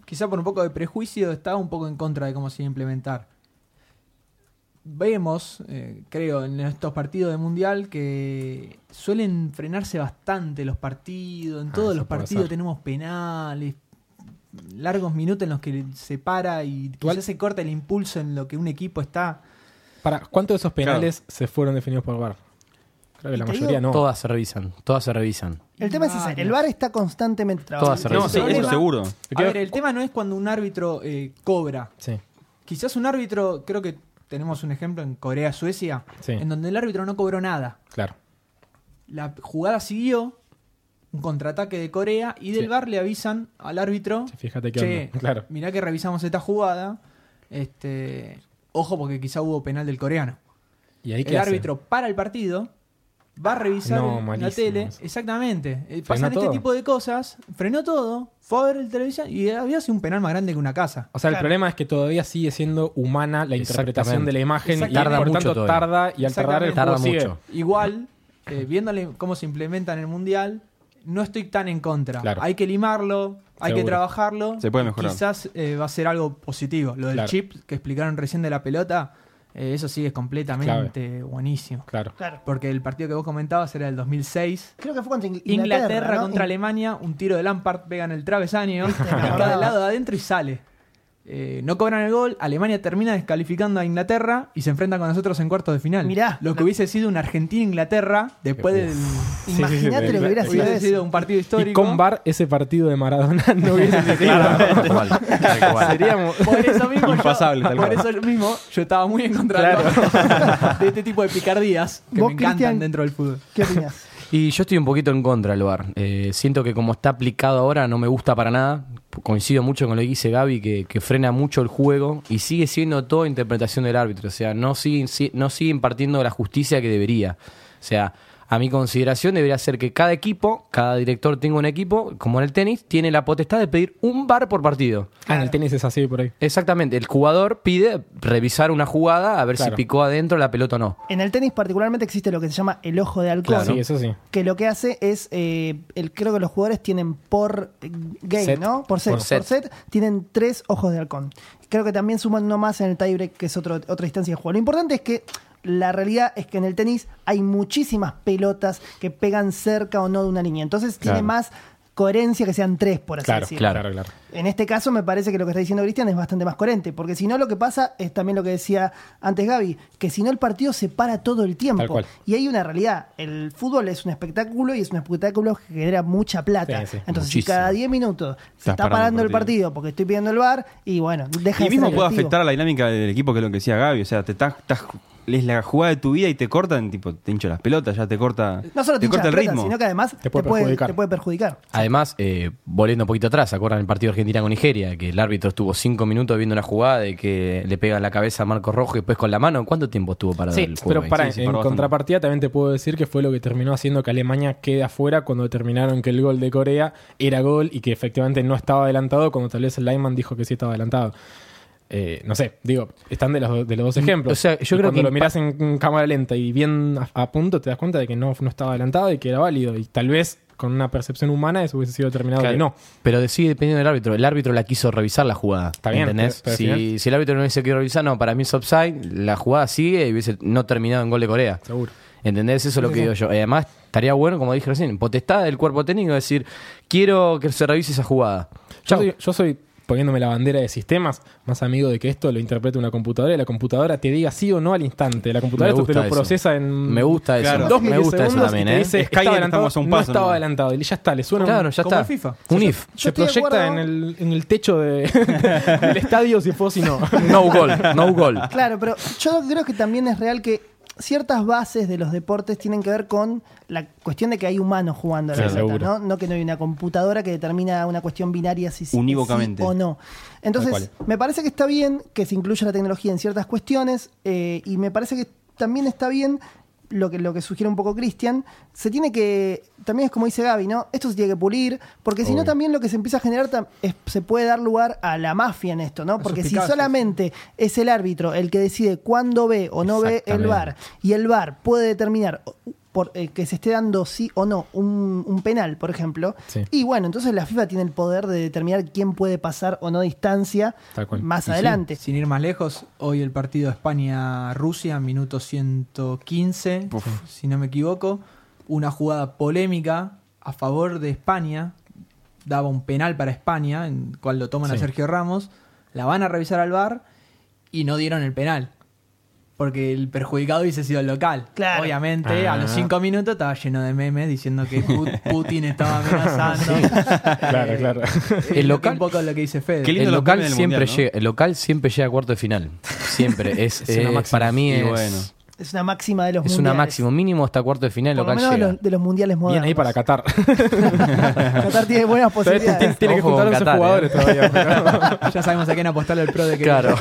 S6: quizá por un poco de prejuicio estaba un poco en contra de cómo se iba a implementar. vemos, eh, creo, en estos partidos de mundial que suelen frenarse bastante los partidos. En
S3: Ah,
S6: todos
S3: eso
S6: los
S3: puede
S6: partidos
S3: ser.
S6: tenemos penales, largos minutos en los que se para y
S3: Igual-
S6: quizás se corta el impulso en lo que un equipo está.
S3: Para, ¿Cuántos de esos penales se fueron definidos por VAR? Creo que
S1: Y
S3: la
S1: te digo-
S3: mayoría no.
S2: Todas se revisan, todas se revisan.
S1: El tema es ese, el VAR está constantemente
S2: Todas
S1: trabajando.
S2: se revisan.
S4: No, sí, eso
S6: problema-
S4: seguro.
S6: A ver, el tema no es cuando un árbitro eh, cobra.
S3: Sí.
S6: Quizás un árbitro, creo que tenemos un ejemplo en Corea-Suecia,
S3: Sí.
S6: en donde el árbitro no cobró nada.
S3: Claro.
S6: La jugada siguió, un contraataque de Corea, y del
S3: Sí.
S6: bar le avisan al árbitro,
S3: Sí, fíjate qué
S6: che,
S3: onda. Claro.
S6: mirá que revisamos esta jugada, este, ojo porque quizá hubo penal del coreano.
S3: ¿Y ahí
S6: El
S3: qué hace? Ah,
S6: árbitro para el partido, va a revisar
S3: No,
S6: el- la
S3: malísimo
S6: tele,
S3: eso.
S6: exactamente, eh, pasan
S3: todo.
S6: este tipo de cosas, frenó todo, fue a ver el televisión y había sido un penal más grande que una casa.
S3: O sea, el
S1: Claro.
S3: problema es que todavía sigue siendo humana la interpretación
S2: Exactamente.
S3: de la imagen y
S6: Tarda
S3: por
S2: mucho
S3: tanto
S2: todavía.
S3: tarda y al tardar el
S6: Exactamente.
S2: Tarda
S3: juego sigue.
S2: mucho.
S6: Igual, eh, viéndole cómo se implementa en el Mundial, no estoy tan en contra.
S3: Claro.
S6: Hay que limarlo, hay
S3: Seguro.
S6: que trabajarlo.
S4: Se puede
S6: y
S4: mejorar.
S6: Quizás eh, va a ser algo positivo. Lo del
S3: Claro.
S6: chip que explicaron recién de la pelota, eh, eso sí es completamente buenísimo.
S3: Claro.
S1: Claro.
S6: Porque el partido que vos comentabas era del 2006.
S1: Creo que fue contra Ingl-
S6: Inglaterra,
S1: Inglaterra. ¿no?
S6: contra
S1: In-
S6: Alemania, un tiro de Lampard pega en el travesaño,
S1: me
S6: está
S1: acordaba.
S6: del lado de adentro y sale. Eh, no cobran el gol, Alemania termina descalificando a Inglaterra y se enfrenta con nosotros en cuartos de final.
S1: Mirá.
S6: lo que hubiese sido una Argentina-Inglaterra después del.
S1: Imagínate
S3: Sí, sí, sí,
S1: lo que
S3: sí.
S1: hubiera sido
S6: Hubiese
S1: eso.
S6: sido un partido histórico.
S3: Y con VAR ese partido de Maradona no hubiese sido
S2: Tal cual, tal cual.
S3: Seríamos-
S6: Por eso mismo,
S4: Impasable,
S6: yo,
S4: tal
S6: por
S4: cual.
S6: eso mismo yo estaba muy en contra del VAR, de este tipo de picardías que
S1: Vos,
S6: me encantan
S1: Cristian,
S6: dentro del fútbol.
S1: ¿Qué opinas?
S2: Y yo estoy un poquito en contra del VAR. Eh, siento que como está aplicado ahora no me gusta para nada. Coincido mucho con lo que dice Gaby, que, que frena mucho el juego y sigue siendo toda interpretación del árbitro. O sea, no sigue, si- no sigue impartiendo la justicia que debería. O sea, a mi consideración debería ser que cada equipo, cada director tenga un equipo, como en el tenis, tiene la potestad de pedir un VAR por partido.
S3: Ah, en el tenis es así por ahí.
S2: Exactamente, el jugador pide revisar una jugada a ver
S3: Claro.
S2: si picó adentro la pelota o no.
S1: En el tenis particularmente existe lo que se llama el ojo de halcón.
S3: Sí, eso sí.
S1: Que lo que hace es, eh, el, creo que los jugadores tienen por eh, game,
S3: Set.
S1: ¿no? Por set,
S2: Por
S1: por
S2: set.
S1: set. tienen tres ojos de halcón. Creo que también suman uno más en el tiebreak, que es otro, otra instancia de juego. Lo importante es que la realidad es que en el tenis hay muchísimas pelotas que pegan cerca o no de una línea. Entonces tiene
S3: Claro.
S1: más coherencia que sean tres, por así
S3: Claro,
S1: decirlo.
S3: claro, claro.
S1: En este caso me parece que lo que está diciendo Cristian es bastante más coherente, porque si no lo que pasa es también lo que decía antes Gaby, que si no el partido se para todo el
S3: Tal
S1: tiempo.
S3: cual.
S1: Y hay una realidad, el fútbol es un espectáculo y es un espectáculo que genera mucha plata.
S3: Sí, sí,
S1: Entonces
S2: muchísimo.
S1: si cada 10 minutos se
S4: Estás
S1: está
S4: parando
S1: parando
S4: el
S1: el partido porque estoy pidiendo el bar y bueno, deja
S4: Y
S1: de
S4: mismo
S1: ser
S4: puede
S1: atractivo.
S4: afectar a la dinámica del equipo, que es lo que decía Gaby. O sea, te estás, estás- es la jugada de tu vida y te cortan, tipo, te hincho las pelotas, ya te corta,
S1: No solo te, hincha
S4: corta el
S1: la pelota,
S4: ritmo.
S1: sino que además te
S3: puede
S1: puede, te puede
S3: perjudicar.
S1: perjudicar.
S2: Además, eh, volviendo un poquito atrás, ¿se acuerdan el partido Argentina con Nigeria? Que el árbitro estuvo cinco minutos viendo una jugada de que le pega en la cabeza a Marco Rojo y después con la mano. ¿Cuánto tiempo estuvo para
S3: Sí,
S2: el juego?
S3: pero
S2: ahí?
S3: para,
S4: sí, sí,
S3: en
S4: paró bastante.
S3: contrapartida también te puedo decir que fue lo que terminó haciendo que Alemania quede afuera cuando determinaron que el gol de Corea era gol y que efectivamente no estaba adelantado cuando tal vez el Lyman dijo que sí estaba adelantado. Eh, no sé, digo, están de los, do- de los dos
S2: Mm,
S3: ejemplos.
S2: o sea, yo
S3: Y
S2: creo
S3: cuando
S2: que
S3: lo
S2: impa-
S3: mirás en, en cámara lenta y bien a, a punto, te das cuenta de que no, no estaba adelantado y que era válido. Y tal vez con una percepción humana eso hubiese sido determinado
S2: Claro,
S3: que no.
S2: Pero de- sigue dependiendo del árbitro. El árbitro la quiso revisar la jugada.
S3: Está bien,
S2: ¿entendés?
S3: pero- pero al final-
S2: si, si el árbitro no hubiese querido revisar, no, para mí es offside. La jugada sigue y hubiese no terminado en gol de Corea.
S3: Seguro.
S2: ¿Entendés? Eso es lo que digo yo. Y además, estaría bueno, como dije recién, potestad del cuerpo técnico decir, quiero que se revise esa jugada.
S3: Yo
S2: Chau.
S3: soy, yo soy, poniéndome la bandera de sistemas, más amigo de que esto lo interprete una computadora y la computadora te diga sí o no al instante. La computadora
S2: Me
S3: esto te lo
S2: gusta eso.
S3: procesa en
S2: Me gusta eso.
S4: Claro.
S3: dos
S2: me gusta eso
S3: milisegundos y
S2: también,
S3: te
S2: ¿eh?
S3: dice,
S4: Skynet
S3: estaba adelantado,
S4: estamos a un
S3: no
S4: paso
S3: estaba
S4: nomás.
S3: adelantado. Y ya está, le suena un-
S2: Claro, ya
S6: Como
S2: está.
S6: el FIFA.
S2: Un if.
S1: Yo
S3: Se
S1: estoy de
S3: proyecta en
S1: acuerdo.
S3: el, en el techo de- del estadio si fue o si no.
S2: No gol, no gol.
S1: Claro, pero yo creo que también es real que ciertas bases de los deportes tienen que ver con la cuestión de que hay humanos jugando a la
S3: Sí,
S1: pelota, ¿no?
S3: seguro.
S1: No que no hay una computadora que determina una cuestión binaria si sí,
S4: Unívocamente.
S1: sí o no.
S3: Tal
S1: Entonces,
S3: cual.
S1: me parece que está bien que se incluya la tecnología en ciertas cuestiones eh, y me parece que también está bien lo que, lo que sugiere un poco Cristian, se tiene que, también es como dice Gaby, ¿no? Esto se tiene que pulir, porque si no
S3: Obvio.
S1: también lo que se empieza a generar tam- es- se puede dar lugar a la mafia en esto, ¿no? Porque si
S6: suspicacias.
S1: solamente Finalmente, es el árbitro el que decide cuándo ve o no ve el
S3: Exactamente.
S1: VAR y el VAR puede determinar por, eh, que se esté dando sí o no un, un penal, por ejemplo.
S3: Sí.
S1: Y bueno, entonces la FIFA tiene el poder de determinar quién puede pasar o no distancia
S3: Tal cual.
S1: más
S3: Y sí,
S1: adelante.
S6: Este, Sin ir más lejos, hoy el partido España-Rusia, minuto 115, si no me equivoco. Una jugada polémica a favor de España. Daba un penal para España, en el cual lo toman a
S3: Sí.
S6: Sergio Ramos. La van a revisar al bar y no dieron el penal. Porque el perjudicado hubiese sido el local.
S1: Claro.
S6: Obviamente, a los
S3: Ah.
S6: cinco minutos estaba lleno de memes diciendo que Put- Putin estaba amenazando.
S3: Claro, claro.
S2: El local-
S6: Un poco lo que dice Fede.
S4: Qué
S2: El
S4: lindo los
S2: local,
S4: memes del
S2: siempre
S4: Mundial, ¿no?
S2: llega, el local siempre llega a cuarto de final. Siempre. Es,
S3: Es una
S2: es-
S3: máxima.
S2: para mí
S4: Y
S2: es,
S4: bueno.
S1: Es una máxima de los
S2: es
S1: mundiales.
S2: una máximo. Mínimo hasta cuarto de final el
S1: Por lo
S2: local
S1: menos de
S2: llega.
S1: los, de los mundiales
S3: Bien
S1: modernos.
S3: ahí para Qatar.
S1: Qatar tiene buenas
S3: Tiene
S1: posibilidades.
S3: tiene que
S2: Ojo con
S3: juntar a esos
S2: Qatar, ¿eh?
S3: jugadores todavía. pero-
S6: Ya sabemos a quién apostarle el pro de que
S2: Claro.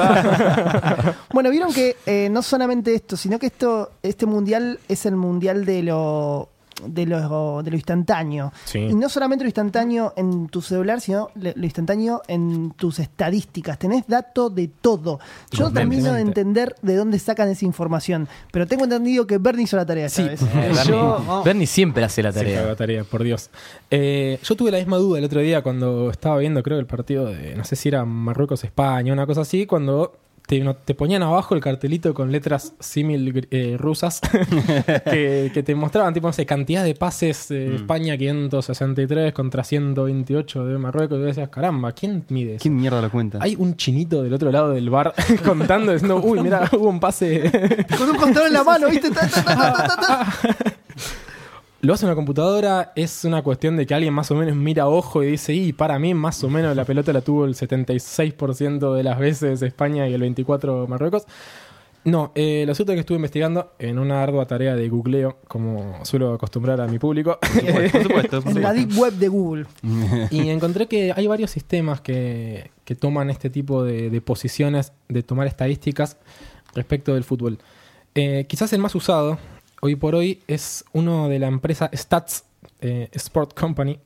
S1: Bueno, vieron que eh, no solamente esto, sino que esto, este mundial es el mundial de lo de lo, de lo instantáneo.
S3: Sí.
S1: Y no solamente lo instantáneo en tu celular, sino le- lo instantáneo en tus estadísticas. Tenés dato de todo. Yo no termino de
S3: Completamente.
S1: entender de dónde sacan esa información, pero tengo entendido que Bernie hizo la tarea esta
S3: Sí.
S1: vez.
S2: Eh, Bernie,
S6: Yo- oh.
S2: Bernie siempre hace la
S3: Sí,
S2: tarea.
S3: cago tarea, por Dios. Eh, yo tuve la misma duda el otro día cuando estaba viendo, creo, el partido de, no sé si era Marruecos-España, una cosa así, cuando te, no- te ponían abajo el cartelito con letras símil gr- eh, rusas que, que te mostraban, tipo, no sé, cantidad de pases, eh, España 563 contra 128 de Marruecos, y decías, caramba, ¿quién mide eso?
S4: ¿Quién mierda lo cuenta?
S3: Hay un chinito del otro lado del bar contando, diciendo, uy, mira, hubo un pase
S1: Con un control en la mano, ¿viste? Ta, ta, ta, ta, ta, ta.
S3: Lo hace una computadora, es una cuestión de que alguien más o menos mira a ojo y dice, y para mí más o menos la pelota la tuvo el 76% de las veces España y el 24% Marruecos. No, eh, lo cierto es que estuve investigando en una ardua tarea de googleo, como suelo acostumbrar a mi público,
S4: Por supuesto. por
S1: En la
S4: supuesto.
S1: deep web de Google.
S3: y encontré que hay varios sistemas que, que toman este tipo de, de posiciones, de tomar estadísticas respecto del fútbol. Eh, quizás el más usado hoy por hoy es uno de la empresa Stats eh, Sport Company,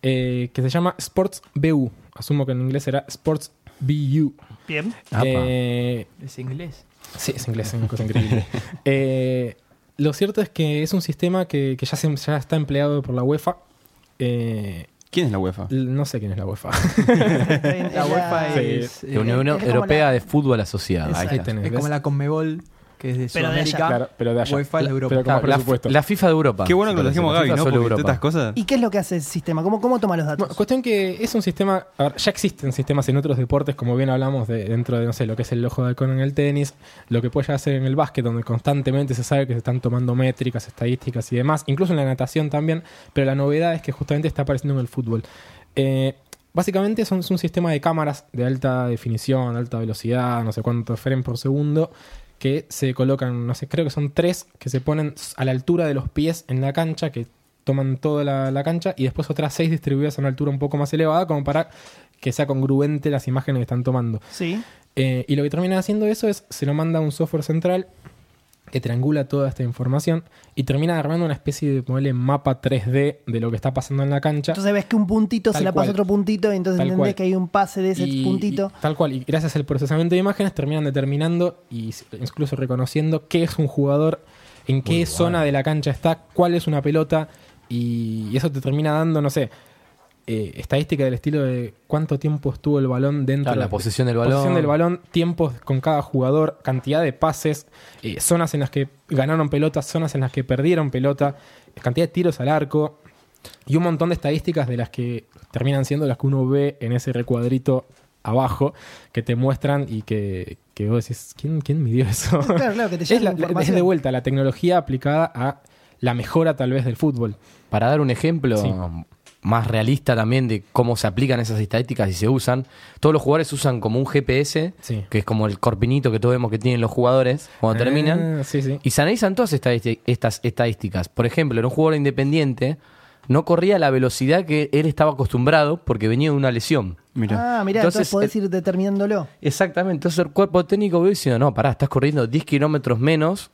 S3: eh, que se llama Sports BU. Asumo que en inglés será Sports BU.
S1: Bien.
S2: Apa.
S3: Eh,
S6: Es inglés.
S3: Sí, es inglés, es una cosa increíble. Eh, lo cierto es que es un sistema que, que ya, se- ya está empleado por la UEFA. Eh,
S4: ¿Quién es la UEFA?
S3: l- no sé quién es la UEFA.
S1: En
S6: La UEFA
S3: Sí.
S6: es, eh,
S2: La Unión
S1: es como
S2: Europea
S1: la-
S2: de Fútbol Asociado.
S3: Ahí
S6: Exacto.
S3: tenés,
S6: Es
S3: ¿ves?
S6: como la Conmebol, que es de
S1: Pero de allá.
S6: Sudamérica.
S3: Claro, pero de allá.
S6: UEFA es la Europa.
S3: Pero con más
S2: Claro, la,
S3: presupuesto.
S2: la FIFA de Europa.
S4: Qué bueno que lo dejemos a Gaby,
S2: La
S4: ¿no?
S2: FIFA
S4: Porque
S2: solo
S4: todas
S2: Europa.
S4: estas cosas.
S1: ¿Y qué es lo que hace el sistema? ¿Cómo, cómo toma los datos?
S3: Bueno, cuestión que es un sistema. a ver, ya existen sistemas en otros deportes, como bien hablamos de, dentro de, no sé, lo que es el ojo de halcón en el tenis, lo que puede ya hacer en el básquet, donde constantemente se sabe que se están tomando métricas, estadísticas y demás, incluso en la natación también, pero la novedad es que justamente está apareciendo en el fútbol. Eh, básicamente son- es un sistema de cámaras de alta definición, alta velocidad, no sé cuánto frames por segundo, que se colocan, no sé, creo que son tres que se ponen a la altura de los pies en la cancha, que toman toda la, la cancha, y después otras seis distribuidas a una altura un poco más elevada, como para que sea congruente las imágenes que están tomando.
S1: Sí.
S3: Eh, y lo que termina haciendo eso es, se lo manda a un software central que triangula toda esta información y termina armando una especie de ponele, mapa 3D de lo que está pasando en la cancha.
S1: Entonces ves que un puntito se
S3: Tal
S1: la pasa a
S3: cual.
S1: otro puntito y entonces
S3: Tal
S1: entendés
S3: cual.
S1: que hay un pase de ese
S3: Y-
S1: puntito.
S3: y- tal cual. Y gracias al procesamiento de imágenes terminan determinando y s- incluso reconociendo qué es un jugador, en qué zona de la cancha está, cuál es una pelota. Y, y eso te termina dando, no sé, eh, estadística del estilo de cuánto tiempo estuvo el balón dentro
S2: Claro, la
S3: de-
S2: posesión del
S3: Posición
S2: balón.
S3: del balón, tiempos con cada jugador, cantidad de pases, eh, zonas en las que ganaron pelotas, zonas en las que perdieron pelota, cantidad de tiros al arco y un montón de estadísticas de las que terminan siendo las que uno ve en ese recuadrito abajo que te muestran y que, que vos decís, ¿quién, quién midió eso?
S1: Claro, claro, que te llega
S3: es, la-
S1: la
S3: la-
S1: información.
S3: es de vuelta la tecnología aplicada a la mejora tal vez del fútbol.
S2: Para dar un ejemplo
S3: Sí.
S2: más realista también de cómo se aplican esas estadísticas y se usan, todos los jugadores usan como un GPS,
S3: Sí.
S2: que es como el corpinito que todos vemos que tienen los jugadores cuando terminan,
S3: Ah, sí, sí.
S2: y se analizan todas estadisti- estas estadísticas. Por ejemplo, en un jugador independiente no corría a la velocidad que él estaba acostumbrado porque venía de una lesión.
S4: Mira.
S1: Ah, mirá, entonces,
S2: Entonces,
S1: podés ir determinándolo.
S2: Exactamente, entonces el cuerpo técnico ve diciendo, no, pará, estás corriendo 10 kilómetros menos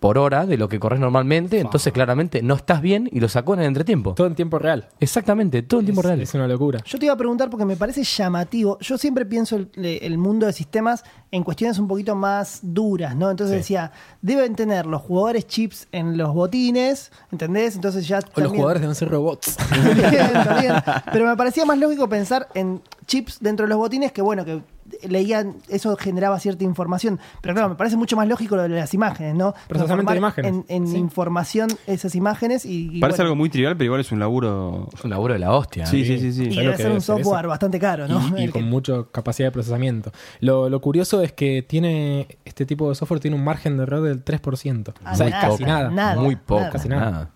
S2: por hora de lo que corres normalmente, entonces claramente no estás bien y lo sacó en el entretiempo.
S3: Todo en tiempo real.
S2: Exactamente, todo en tiempo
S3: Es-
S2: real.
S3: Es una locura.
S1: Yo te iba a preguntar porque me parece llamativo. Yo siempre pienso el, el mundo de sistemas en cuestiones un poquito más duras, ¿no? Entonces
S3: Sí.
S1: decía, deben tener los jugadores chips en los botines, ¿entendés? Entonces ya.
S3: O los
S1: también-
S3: jugadores deben ser robots.
S1: También, también. Pero me parecía más lógico pensar en chips dentro de los botines que, bueno, que leían, eso generaba cierta información. Pero claro, me parece mucho más lógico lo de las imágenes, ¿no?
S3: Procesamiento
S1: Transformar
S3: de imágenes.
S1: En, en información esas imágenes y. y
S4: Parece
S1: bueno,
S4: algo muy trivial, pero igual es un laburo.
S2: Es un laburo de la hostia. ¿eh?
S4: Sí, sí, sí,
S1: Y
S4: sí.
S3: es lo
S1: debe
S3: que
S1: ser
S3: debe
S1: un
S3: ser eso.
S1: software bastante caro, ¿no?
S3: Y, y
S1: El que-
S3: con mucha capacidad de procesamiento. Lo, lo curioso es que tiene este tipo de software tiene un margen de error del 3%.
S1: Ah,
S3: o sea,
S1: nada,
S3: es casi nada.
S1: nada,
S2: Muy
S1: nada.
S2: poco.
S3: Casi nada.
S2: nada.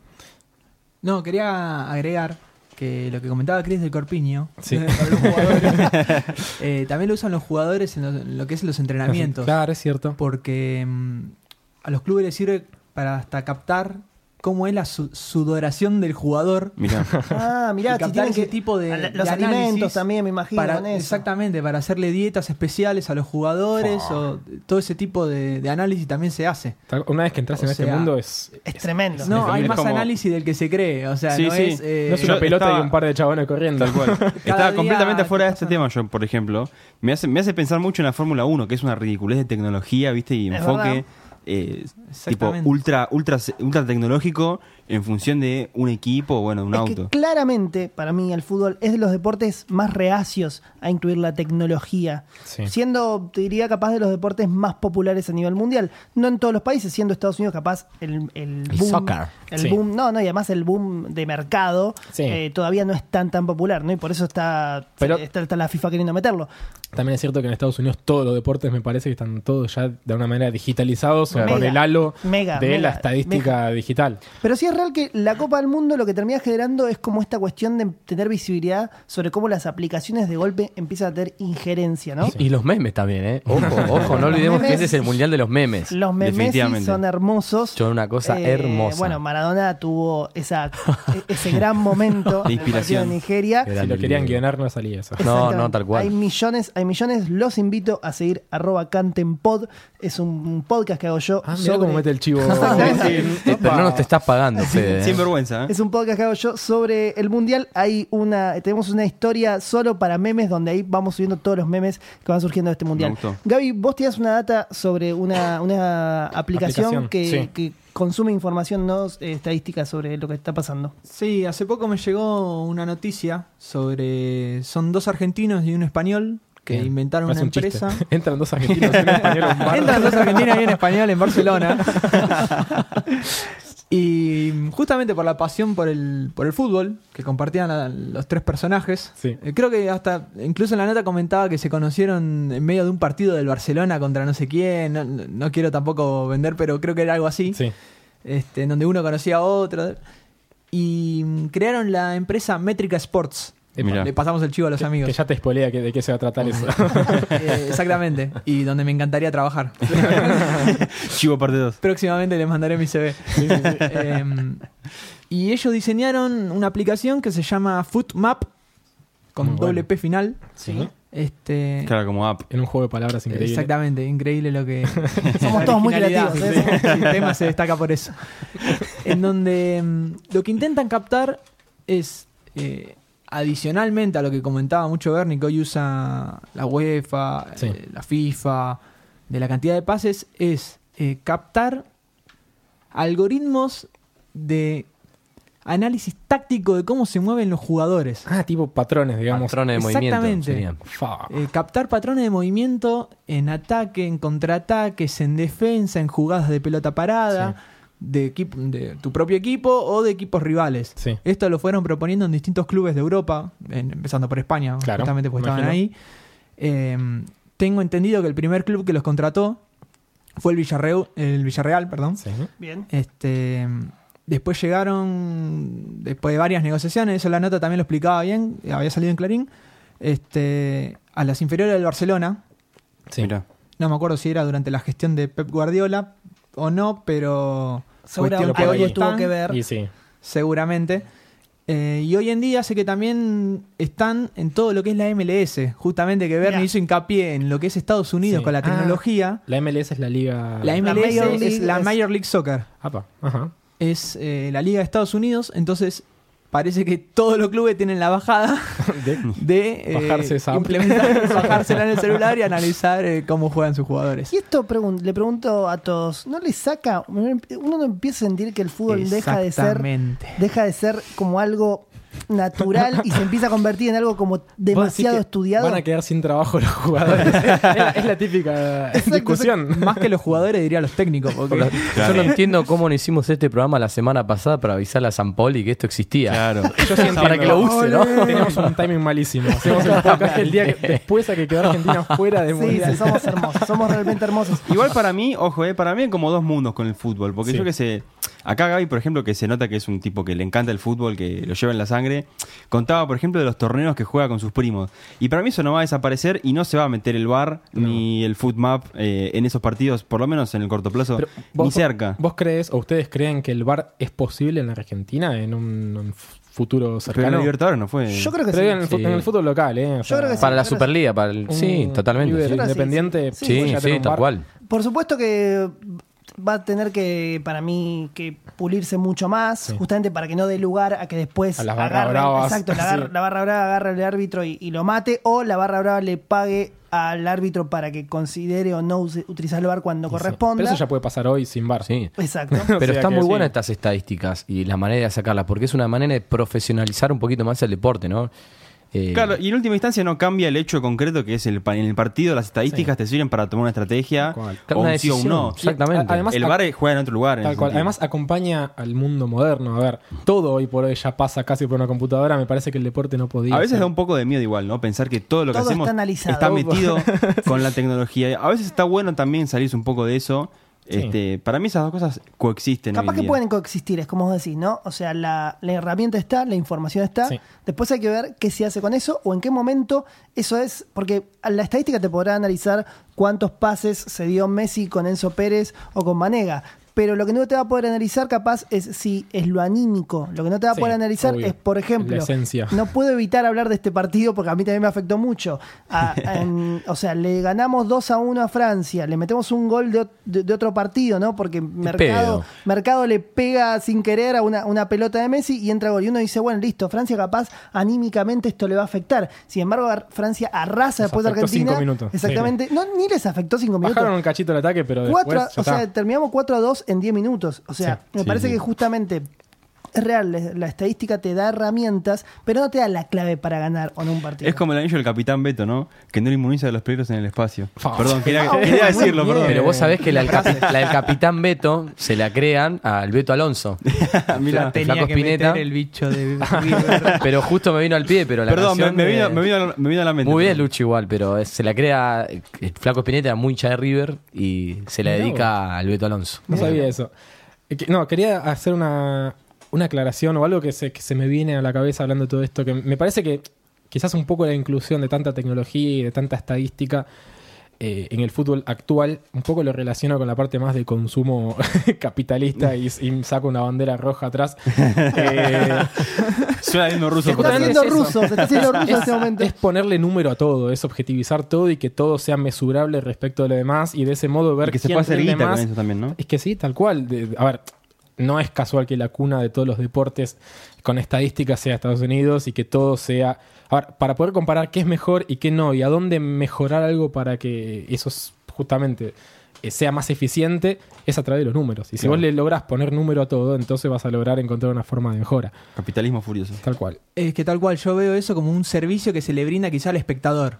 S6: No, quería agregar que lo que comentaba Chris del Corpiño.
S3: Sí.
S6: para los jugadores, eh, también lo usan los jugadores en, los- en lo que es los entrenamientos.
S3: Claro, es cierto.
S6: Porque mm, a los clubes les sirve para hasta captar cómo es la su- sudoración del jugador.
S4: Mirá.
S1: Ah, mirá,
S6: Y
S1: si
S6: captar
S1: tienen
S6: ese
S1: que-
S6: tipo de-
S1: a la-
S6: de
S1: los
S6: análisis
S1: alimentos también, me imagino.
S6: Para,
S1: con eso.
S6: exactamente, para hacerle dietas especiales a los jugadores o todo ese tipo de, de análisis también se hace.
S3: Tal- Una vez que entras
S6: O
S3: en este
S6: sea,
S3: mundo es.
S1: Es tremendo.
S6: No, hay
S4: Es
S6: más
S4: como-
S6: análisis del que se cree. O sea,
S4: Sí,
S6: no
S4: sí.
S6: es. eh,
S3: No es una
S4: yo
S3: pelota
S4: estaba-
S3: y un par de chabones corriendo.
S4: Tal cual. Estaba
S6: día
S4: completamente
S6: te
S4: fuera de este tema,
S6: pasan-
S4: yo, por ejemplo. Me hace, me hace pensar mucho en la Fórmula 1, que es una ridiculez de tecnología, ¿viste? Y
S1: Es
S4: enfoque.
S1: verdad.
S4: eh, tipo
S6: Exactamente.
S4: ultra, ultra, ultra tecnológico en función de un equipo, bueno, un
S1: es
S4: auto.
S1: que claramente, para mí, el fútbol es de los deportes más reacios a incluir la tecnología.
S3: Sí.
S1: Siendo, te diría, capaz de los deportes más populares a nivel mundial. No en todos los países, siendo Estados Unidos capaz el, el
S2: El
S1: boom.
S2: soccer.
S1: El
S3: Sí.
S1: boom, no, no, y además el boom de mercado
S3: Sí.
S1: eh, todavía no es tan tan popular, ¿no? Y por eso está,
S3: Pero-
S1: está, está la FIFA queriendo meterlo.
S3: También es cierto que en Estados Unidos todos los deportes me parece que están todos ya de una manera digitalizados
S1: Mega,
S3: o con el halo
S1: mega,
S3: de
S1: mega,
S3: la estadística digital.
S1: Pero sí es real que la Copa del Mundo lo que termina generando es como esta cuestión de tener visibilidad sobre cómo las aplicaciones de golpe empiezan a tener injerencia, ¿no?
S2: Y los memes también, ¿eh? Ojo, ojo, no olvidemos que
S1: Memes.
S2: ese es el mundial de los memes.
S1: Los memes
S4: Definitivamente.
S1: son hermosos. Eh,
S2: Son una cosa hermosa.
S1: Bueno, Maradona tuvo esa, e- ese gran momento
S4: De
S1: en el partido
S4: inspiración.
S1: de Nigeria.
S2: Era
S3: Si lo
S2: libre.
S3: querían guionar no salía
S1: Ah,
S3: eso.
S2: No,
S1: Exactamente.
S2: no, tal cual.
S1: Hay millones, hay millones. Los invito a seguir arroba cantenpod. Es un, un podcast que hago yo.
S3: Ah, mira
S1: sobre-
S3: cómo mete el chivo.
S2: Eh, Pero no nos te estás pagando, Fede. ¿eh?
S4: Sin vergüenza. ¿eh?
S1: Es un podcast que hago yo sobre el mundial. Hay una, tenemos una historia solo para memes donde ahí vamos subiendo todos los memes que van surgiendo de este mundial.
S4: Me gustó.
S1: Gaby, vos das una data sobre una, una aplicación,
S3: Aplicación,
S1: que,
S3: sí.
S1: que consume información no Eh, estadística sobre lo que está pasando.
S6: Sí, hace poco me llegó una noticia sobre. Son dos argentinos y un español que
S3: Bien.
S6: inventaron
S3: Parece
S6: una
S3: un chiste.
S6: empresa.
S3: Entran dos argentinos, un español, un bar.
S6: Entran dos argentinos y un español en Barcelona. y justamente por la pasión por el, por el fútbol que compartían la- los tres personajes.
S3: Sí.
S6: eh, Creo que hasta, incluso en la nota comentaba que se conocieron en medio de un partido del Barcelona contra no sé quién. No, no quiero tampoco vender, pero creo que era algo así
S3: Sí.
S6: este, en donde uno conocía a otro. Y mm, crearon la empresa Métrica Sports.
S3: Epa,
S4: Mirá.
S6: Le pasamos el chivo a los
S3: Que
S6: amigos.
S3: ya te spoilea que- de qué se va a tratar eso.
S6: Eh, exactamente. Y donde me encantaría trabajar.
S4: Chivo parte 2.
S6: Próximamente les mandaré mi CV. Em, y ellos diseñaron una aplicación que se llama Footmap, con
S3: Muy bueno.
S6: doble P final.
S3: Sí.
S6: Este,
S4: Claro, como app.
S3: En un juego de palabras increíble.
S6: Eh, Exactamente, increíble lo que.
S1: Somos
S6: la
S1: todos muy
S6: originalidad.
S1: creativos, ¿eh?
S6: Sí, El tema se destaca por eso. En donde mm, lo que intentan captar es, eh, adicionalmente a lo que comentaba mucho Bernie, que hoy usa la UEFA,
S3: Sí.
S6: eh, la FIFA, de la cantidad de pases, es eh, captar algoritmos de análisis táctico de cómo se mueven los jugadores.
S3: Ah, tipo patrones, digamos.
S2: Patrones de movimiento.
S6: Exactamente.
S2: serían.
S3: Fa.
S6: Eh, captar patrones de movimiento en ataque, en contraataques, en defensa, en jugadas de pelota parada, de, equip- de tu propio equipo o de equipos rivales.
S3: Sí.
S6: Esto lo fueron proponiendo en distintos clubes de Europa, en- empezando por España,
S3: Claro,
S6: justamente porque estaban
S3: imagino.
S6: ahí. Eh, tengo entendido que el primer club que los contrató fue el Villarreal, el Villarreal perdón.
S3: Sí.
S1: Bien.
S6: Este, después llegaron, después de varias negociaciones, eso la nota también lo explicaba bien, había salido en Clarín, este, a las inferiores del Barcelona,
S3: Sí.
S4: Mirá.
S6: no me acuerdo si era durante la gestión de Pep Guardiola o no, pero
S1: Seguramente
S6: cuestión que
S1: algo
S6: hoy
S1: tuvo
S6: están,
S1: que ver.
S3: Y sí.
S6: seguramente. Eh, y hoy en día sé que también están en todo lo que es la MLS. Justamente que Bernie
S1: Mirá.
S6: hizo hincapié en lo que es Estados Unidos
S3: Sí.
S6: con la
S3: Ah.
S6: tecnología.
S3: La MLS es la liga.
S6: La MLS
S1: Major League
S6: es la
S1: es-
S6: Major League Soccer.
S3: Apa, ajá.
S6: Es eh, la liga de Estados Unidos. Entonces parece que todos los clubes tienen la bajada de eh,
S3: Bajarse esa app.
S6: implementar, bajársela en el celular y analizar eh, cómo juegan sus jugadores.
S1: Y esto pregun- le pregunto a todos, ¿no le saca? Uno no empieza a sentir que el fútbol deja de ser
S6: Exactamente.
S1: deja de ser como algo natural y se empieza a convertir en algo como demasiado
S3: ¿Vos decís que
S1: estudiado.
S3: Van a quedar sin trabajo los jugadores. es, la, es la típica discusión.
S6: Más que los jugadores, diría los técnicos. Porque
S2: Yo no entiendo cómo no hicimos este programa la semana pasada para avisarle a San Poli que esto existía.
S4: Claro.
S3: Yo siento
S2: Para que lo use, ¿no?
S3: Tenemos un timing malísimo. Hacemos un podcast el día que- después a que quedó Argentina fuera del
S1: Sí,
S3: mundial.
S1: sí, somos hermosos, somos realmente hermosos.
S4: Igual para mí, ojo, eh, para mí hay como dos mundos con el fútbol. Porque
S3: Sí.
S4: yo que sé, acá Gaby, por ejemplo, que se nota que es un tipo que le encanta el fútbol, que lo lleva en la sangre, contaba, por ejemplo, de los torneos que juega con sus primos. Y para mí eso no va a desaparecer y no se va a meter el bar ni el footmap eh, en esos partidos, por lo menos en el corto plazo,
S3: Pero
S4: ni
S3: vos-
S4: cerca.
S3: ¿Vos crees o ustedes creen que el VAR es posible en la Argentina en un, un futuro
S4: Pero en la
S3: cercano?
S4: Libertadores no fue.
S1: Yo creo que
S3: Pero
S1: sí.
S3: en, el, fu-
S2: Sí.
S3: en el fútbol local, ¿eh? O sea,
S1: creo que
S2: Para la
S1: Sí, pero-
S2: Superliga, para el...
S3: un
S2: Sí, totalmente.
S3: líder
S1: Yo creo que sí,
S3: independiente.
S1: sí.
S2: Sí,
S3: puede
S2: sí,
S3: llegar a tener un
S2: tal
S3: VAR.
S2: cual.
S1: Por supuesto que va a tener que, para mí, que pulirse mucho más, justamente para que no dé lugar a que después
S3: A las barra
S1: agarren-
S3: bravas.
S1: exacto, la, gar-
S3: Sí.
S1: la barra brava agarre al árbitro y, y lo mate, o la barra brava le pague al árbitro para que considere o no use- utilizar el bar cuando corresponda.
S3: Pero eso ya puede pasar hoy sin VAR.
S2: Sí.
S1: Exacto.
S3: O
S2: Pero
S3: sea
S2: están
S3: que
S2: muy
S3: sí.
S2: buenas estas estadísticas y la manera de sacarlas, porque es una manera de profesionalizar un poquito más el deporte, ¿no? Eh,
S4: Claro, y en última instancia no cambia el hecho concreto que es el pa- en el partido las estadísticas te sirven para tomar una estrategia
S3: Tal
S2: cual.
S4: o
S2: Una
S4: un sí o un
S2: decisión.
S4: no.
S2: Sí, Exactamente.
S3: A- Además,
S4: el
S3: ac-
S4: bar juega en otro lugar. en
S3: Tal
S4: ese
S3: cual.
S4: sentido.
S3: Además, acompaña al mundo moderno. A ver, todo hoy por hoy ya pasa casi por una computadora. Me parece que el deporte no podía.
S4: A veces
S3: ser.
S4: da un poco de miedo igual, ¿no? Pensar que todo lo que
S1: Todo
S4: hacemos
S1: está analizado.
S4: está metido con la tecnología. A veces está bueno también salirse un poco de eso.
S3: Sí.
S4: Este, para mí esas dos cosas coexisten. hoy
S1: Capaz
S4: en
S1: que
S4: día.
S1: pueden coexistir, es como vos decís, ¿no? O sea, la, la herramienta está, la información está.
S3: Sí.
S1: Después hay que ver qué se hace con eso o en qué momento eso es. Porque a la estadística te podrá analizar cuántos pases se dio Messi con Enzo Pérez o con Manega. Pero lo que no te va a poder analizar, capaz, es si es lo anímico. Lo que no te va a
S3: Sí,
S1: poder analizar
S3: obvio.
S1: es, por ejemplo,
S3: La esencia.
S1: no puedo evitar hablar de este partido porque a mí también me afectó mucho. A- a- en- o sea, le ganamos 2 a 1 a Francia, le metemos un gol de, ot- de- de otro partido, ¿no? Porque Mercado,
S2: pedo.
S1: Mercado le pega sin querer a una, una pelota de Messi y entra gol. Y uno dice, bueno, listo, Francia capaz anímicamente esto le va a afectar. Sin embargo, ar- Francia arrasa
S3: Les
S1: después de
S3: afectó
S1: Argentina.
S3: cinco minutos.
S1: Exactamente. No, ni les afectó cinco minutos.
S3: Bajaron un cachito el ataque, pero después.
S1: Cuatro a-
S3: ya
S1: o sea,
S3: está.
S1: terminamos 4 a 2 en 10 minutos. O sea,
S3: Sí,
S1: me
S4: sí,
S1: parece
S4: sí.
S1: que justamente es real, la- la estadística te da herramientas, pero no te da la clave para ganar o no un partido.
S4: Es como el anillo del Capitán Beto, ¿no? Que no le inmuniza de los peligros en el espacio.
S3: Fa.
S4: Perdón, quería,
S1: Ah,
S4: quería
S1: bueno,
S4: decirlo,
S3: bien.
S4: perdón.
S2: Pero vos sabés que la, del
S6: La frase.
S2: capi- la del capitán Beto se la crean al Beto Alonso.
S4: Mirá.
S2: el
S6: Tenía
S2: flaco
S6: que
S2: Spinetta.
S6: meter el bicho de River.
S2: Pero justo me vino al pie, pero la
S4: Perdón, me,
S2: canción
S4: me
S2: de-
S4: vino, me vino a la- me vino a la mente.
S2: Muy bien
S4: perdón.
S2: Lucho igual, pero es- se la crea el Flaco Spinetta, muy hincha de River y se la
S3: Mirá
S2: dedica al Beto Alonso.
S3: No sabía eso. Eh, que- No, quería hacer una, una aclaración o algo que se, que se me viene a la cabeza hablando de todo esto, que me parece que quizás un poco la inclusión de tanta tecnología y de tanta estadística eh, en el fútbol actual, un poco lo relaciono con la parte más de consumo capitalista y, y saco una bandera roja atrás. Eh,
S4: Suena mismo ruso.
S1: se está
S4: perdón.
S1: haciendo
S3: es eso.
S1: ruso, se está haciendo ruso en este momento.
S3: es ponerle número a todo, es objetivizar todo y que todo sea mesurable respecto a lo demás y de ese modo ver
S4: Y que se
S3: quién
S4: puede hacer
S3: rinde
S4: guita con
S3: más
S4: eso también, ¿no?
S3: es que sí, tal cual. De- a ver, no es casual que la cuna de todos los deportes con estadísticas sea Estados Unidos y que todo sea. A ver, para poder comparar qué es mejor y qué no, y a dónde mejorar algo para que eso s- justamente eh, sea más eficiente, es a través de los números. Y si
S4: Claro.
S3: vos le lográs poner número a todo, entonces vas a lograr encontrar una forma de mejora.
S4: Capitalismo furioso.
S3: Tal cual.
S6: Es que tal cual, yo veo eso como un servicio que se le brinda quizá al espectador.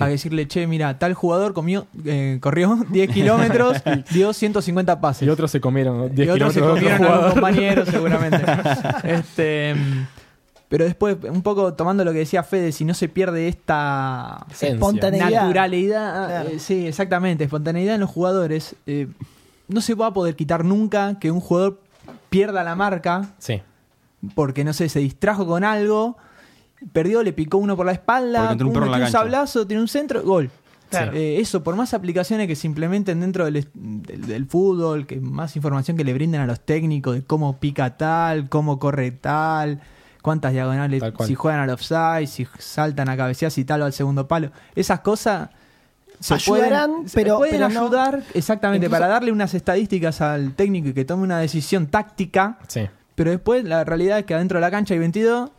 S6: A decirle, che, mira, tal jugador comió, eh, corrió 10 kilómetros, dio 150 pases.
S3: Y otros se comieron 10
S6: y otros se
S3: kilómetros de otro
S6: comieron a algún
S3: jugador.
S6: compañero seguramente. este, mm, pero después, un poco tomando lo que decía Fede, si no se pierde esta
S3: Esencia.
S1: Espontaneidad.
S6: naturalidad,
S1: Claro.
S6: eh, sí, exactamente, espontaneidad en los jugadores, eh, no se va a poder quitar nunca que un jugador pierda la marca
S3: Sí.
S6: porque, no sé, se distrajo con algo, perdió, le picó uno por la espalda,
S4: Porque entró un perro en la
S6: tiene un
S4: cancha.
S6: sablazo, tiene un centro, gol.
S1: Claro.
S6: Eh, eso, por más aplicaciones que se implementen dentro del, est- del- del fútbol, que más información que le brinden a los técnicos de cómo pica tal, cómo corre tal, cuántas diagonales,
S3: Tal cual.
S6: si juegan al offside, si saltan a cabecear, si tal o al segundo palo. Esas cosas se
S1: Ayudarán,
S6: pueden, se
S1: pero-
S6: pueden
S1: pero no-
S6: ayudar exactamente
S1: Incluso-
S6: para darle unas estadísticas al técnico y que tome una decisión táctica.
S3: Sí.
S6: Pero después la realidad es que adentro de la cancha hay 22,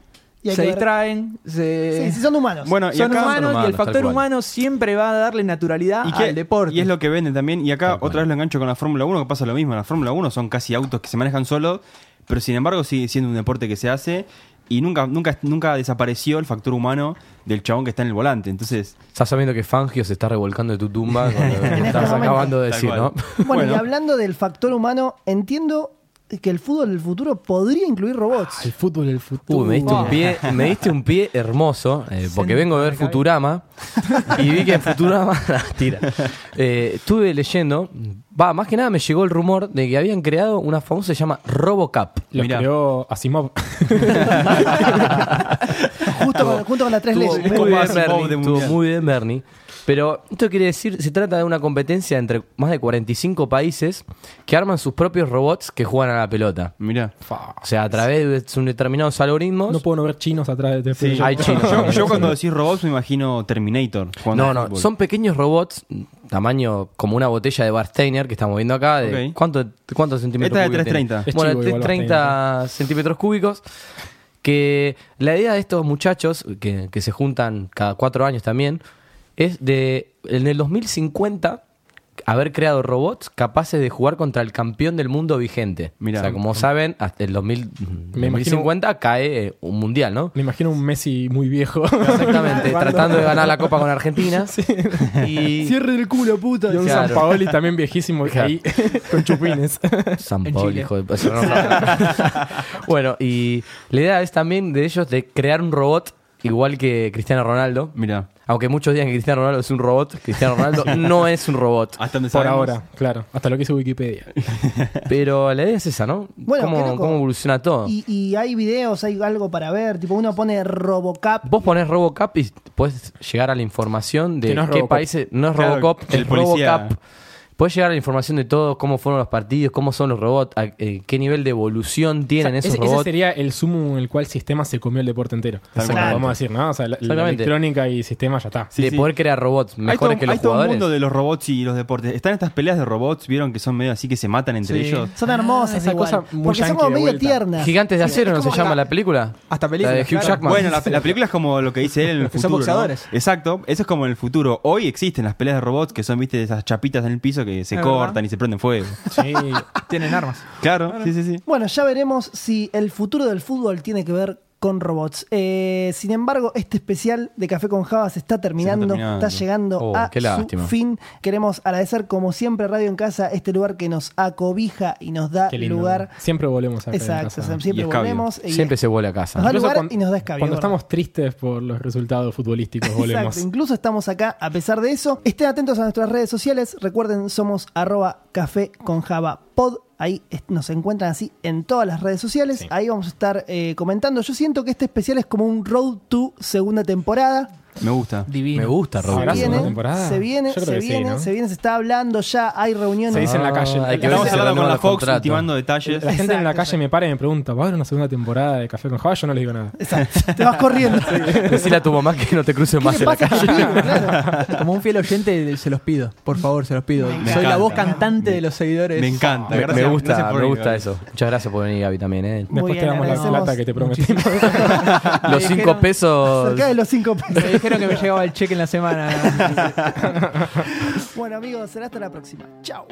S1: Y hay
S6: se
S1: que ver-
S6: distraen, se...
S1: Sí, sí, son humanos.
S4: Bueno, y
S6: son
S4: acá-
S6: humanos y el
S2: humanos, tal
S6: factor
S2: cual.
S6: humano siempre va a darle naturalidad
S4: qué-
S6: Ah, al deporte.
S4: y es lo que venden también. Y acá
S2: Tal cual.
S4: otra vez lo engancho con la Fórmula 1, que pasa lo mismo. En la Fórmula 1 son casi autos que se manejan solos, pero sin embargo sigue siendo un deporte que se hace. Y nunca, nunca, nunca desapareció el factor humano del chabón que está en el volante. Entonces,
S2: Estás sabiendo que Fangio se está revolcando de tu tumba con lo que
S1: este
S2: estás
S1: momento.
S2: acabando de
S4: Tal
S2: decir,
S4: cual.
S2: ¿no?
S1: Bueno,
S4: Bueno.
S1: y hablando del factor humano, entiendo que el fútbol del futuro podría incluir robots.
S3: El fútbol del futuro.
S2: Uy, Uh, me diste un pie, me diste un pie hermoso, eh, porque vengo a ver Futurama y vi que en Futurama tira. Eh, estuve leyendo, va, más que nada me llegó el rumor de que habían creado una famosa que se llama RoboCup.
S3: Lo
S4: Mirá.
S3: creó Asimov.
S1: Justo con, junto con las tres
S2: Estuvo
S1: leyes.
S4: muy
S2: muy
S4: bien
S2: bien
S4: Asimov
S2: Bernie,
S4: de
S2: estuvo
S4: mundial.
S2: muy bien Bernie. Pero esto quiere decir, se trata de una competencia entre más de 45 países que arman sus propios robots que juegan a la pelota.
S4: mirá.
S2: O sea, a través de un- determinados algoritmos.
S3: No puedo no ver chinos atrás de este
S4: Sí,
S2: Hay
S4: yo,
S2: chinos.
S4: yo- yo cuando decís robots me imagino Terminator. jugando
S2: No,
S4: al
S2: no,
S4: fútbol.
S2: son pequeños robots, tamaño como una botella de Barsteiner que estamos viendo acá. De,
S4: Ok.
S2: ¿cuánto, ¿Cuántos centímetros
S4: Esta es de
S2: cúbicos tiene?
S4: 330.
S3: Es
S2: Bueno,
S3: chivo igual
S2: 30 centímetros cúbicos. Que la idea de estos muchachos, que, que se juntan cada cuatro años también, es de en el 2050 haber creado robots capaces de jugar contra el campeón del mundo vigente.
S4: Mirá.
S2: o sea, como saben, hasta el 2000,
S3: Me imagino-
S2: 2050 cae eh, un mundial, ¿no?
S3: Me imagino un Messi muy viejo.
S2: Exactamente, tratando de ganar la copa con Argentina. Y
S1: Cierre el culo, puta.
S3: Y un
S2: Claro.
S3: San Paoli también viejísimo
S2: Claro.
S3: ahí con chupines.
S2: San
S6: En
S2: Paolo,
S6: Chile.
S2: hijo de... no, no. bueno, y la idea es también de ellos de crear un robot igual que Cristiano Ronaldo.
S4: Mirá.
S2: Aunque muchos digan que Cristiano Ronaldo es un robot, Cristiano Ronaldo no es un robot.
S4: Hasta donde
S3: Por
S4: sabemos.
S3: ahora, claro. Hasta lo que hizo Wikipedia.
S2: Pero la idea es esa, ¿no?
S1: Bueno, qué
S2: ¿Cómo,
S1: loco.
S2: cómo evoluciona todo?
S1: Y, y hay videos, hay algo para ver. Tipo, uno pone Robocap.
S2: Vos ponés Robocop y puedes llegar a la información de
S3: Que no es
S2: qué
S3: Robocop.
S2: países. No es
S4: Claro,
S2: Robocop,
S4: el
S2: es
S4: policía.
S2: Robocop. Puedes llegar a la información de todos, cómo fueron los partidos, cómo son los robots, a- eh, qué nivel de evolución tienen
S3: O sea,
S2: esos
S3: ese, ese
S2: robots.
S3: sería el sumo en el cual sistema se comió el deporte entero.
S4: Tal
S3: Exacto.
S1: cual.
S3: Vamos a decir, ¿no? O sea, la, la
S2: Exactamente.
S3: electrónica y sistema ya está.
S4: Sí,
S2: de
S4: sí.
S2: poder crear robots
S4: Hay todo,
S2: mejores que los
S4: hay todo un
S2: jugadores.
S4: mundo de los robots y los deportes. Están estas peleas de robots, vieron que son medio así que se matan entre
S3: Sí.
S4: ellos.
S1: Son hermosas,
S3: Ah, esa
S1: igual.
S3: cosa muy
S1: Porque son
S3: yankee
S1: como
S3: de
S1: medio
S3: vuelta.
S1: tiernas.
S2: Gigantes de acero, ¿no
S1: Es
S2: se
S1: como
S2: llama
S1: la-
S2: la película?
S6: Hasta películas,
S2: La de Hugh
S6: claro.
S2: Jackman.
S4: Bueno, la, la película es como lo que dice él en el
S6: Que
S4: futuro.
S6: son
S4: ¿no?
S6: boxeadores.
S4: Exacto, eso es como en el futuro. Hoy existen las peleas de robots que son, viste, esas chapitas en el piso que se
S6: Es
S4: cortan
S6: verdad.
S4: y se prenden fuego.
S3: Sí.
S6: Tienen armas.
S4: Claro, sí, sí, sí.
S1: Bueno, ya veremos si el futuro del fútbol tiene que ver con robots. Eh, sin embargo, este especial de Café con Java se está terminando, está,
S4: terminando.
S1: llegando
S2: Oh,
S1: a
S2: qué
S1: su
S2: lástima.
S1: fin. Queremos agradecer, como siempre, Radio en Casa, este lugar que nos acobija y nos da
S3: Qué lindo.
S1: lugar.
S3: Siempre volvemos a
S1: Exacto,
S3: casa.
S1: siempre
S4: Y escabio.
S1: volvemos. y-
S2: Siempre se vuelve a
S1: Nos da
S2: casa.
S3: Incluso
S1: lugar
S3: cuando-
S1: y nos da escabio.
S3: Cuando
S1: es verdad.
S3: estamos tristes por los resultados futbolísticos, volvemos.
S1: Exacto, incluso estamos acá a pesar de eso. Estén atentos a nuestras redes sociales. Recuerden, somos arroba café con Java pod. Ahí es- nos encuentran así en todas las redes sociales. Ahí vamos a estar eh, comentando. Yo siento que este especial es como un road to segunda temporada.
S4: Me gusta.
S6: Divino.
S2: Me gusta,
S1: Se
S3: ¿Habrá
S2: Robocop.
S1: viene,
S3: Ah, segunda
S2: ¿no?
S3: temporada?
S1: se viene,
S3: Yo creo
S1: se
S3: que sí,
S1: viene,
S3: ¿no?
S1: se viene, se está hablando ya, hay reuniones.
S3: Se dice en la
S2: Ah, hay
S3: calle.
S2: que
S3: La
S2: ver
S4: Estamos
S2: si
S3: gente-
S2: renueva
S4: hablando con la
S2: el
S4: Fox,
S2: contrato.
S4: ultimando detalles.
S3: la gente en la
S1: Exacto,
S3: calle me para y me pregunta, ¿va a haber una segunda temporada de Café con Java? Yo no le digo nada.
S1: Exacto, Te vas corriendo.
S2: Decile a tu mamá que no te cruce
S1: ¿Qué
S2: más
S1: le
S2: en la
S1: pasa a
S2: calle.
S1: este pibe? Claro.
S6: Como un fiel oyente, se los pido. Por favor, se los pido. Soy
S4: encanta.
S6: la voz cantante de los seguidores.
S4: Me encanta,
S2: Me,
S4: gracias.
S2: me gusta,
S4: gracias por
S2: me
S4: venir,
S2: gusta
S4: Gaby.
S2: eso. Muchas gracias por venir, Gaby, también. ¿eh?
S1: Muy
S3: Después
S1: bien,
S3: te damos la
S1: agradecemos
S3: plata que te prometimos.
S2: Los
S6: dijeron-
S2: cinco pesos.
S1: Cerca de los cinco pesos.
S6: Me dijeron que me llegaba el cheque en la semana.
S1: Bueno, amigos, será hasta la próxima. Chao.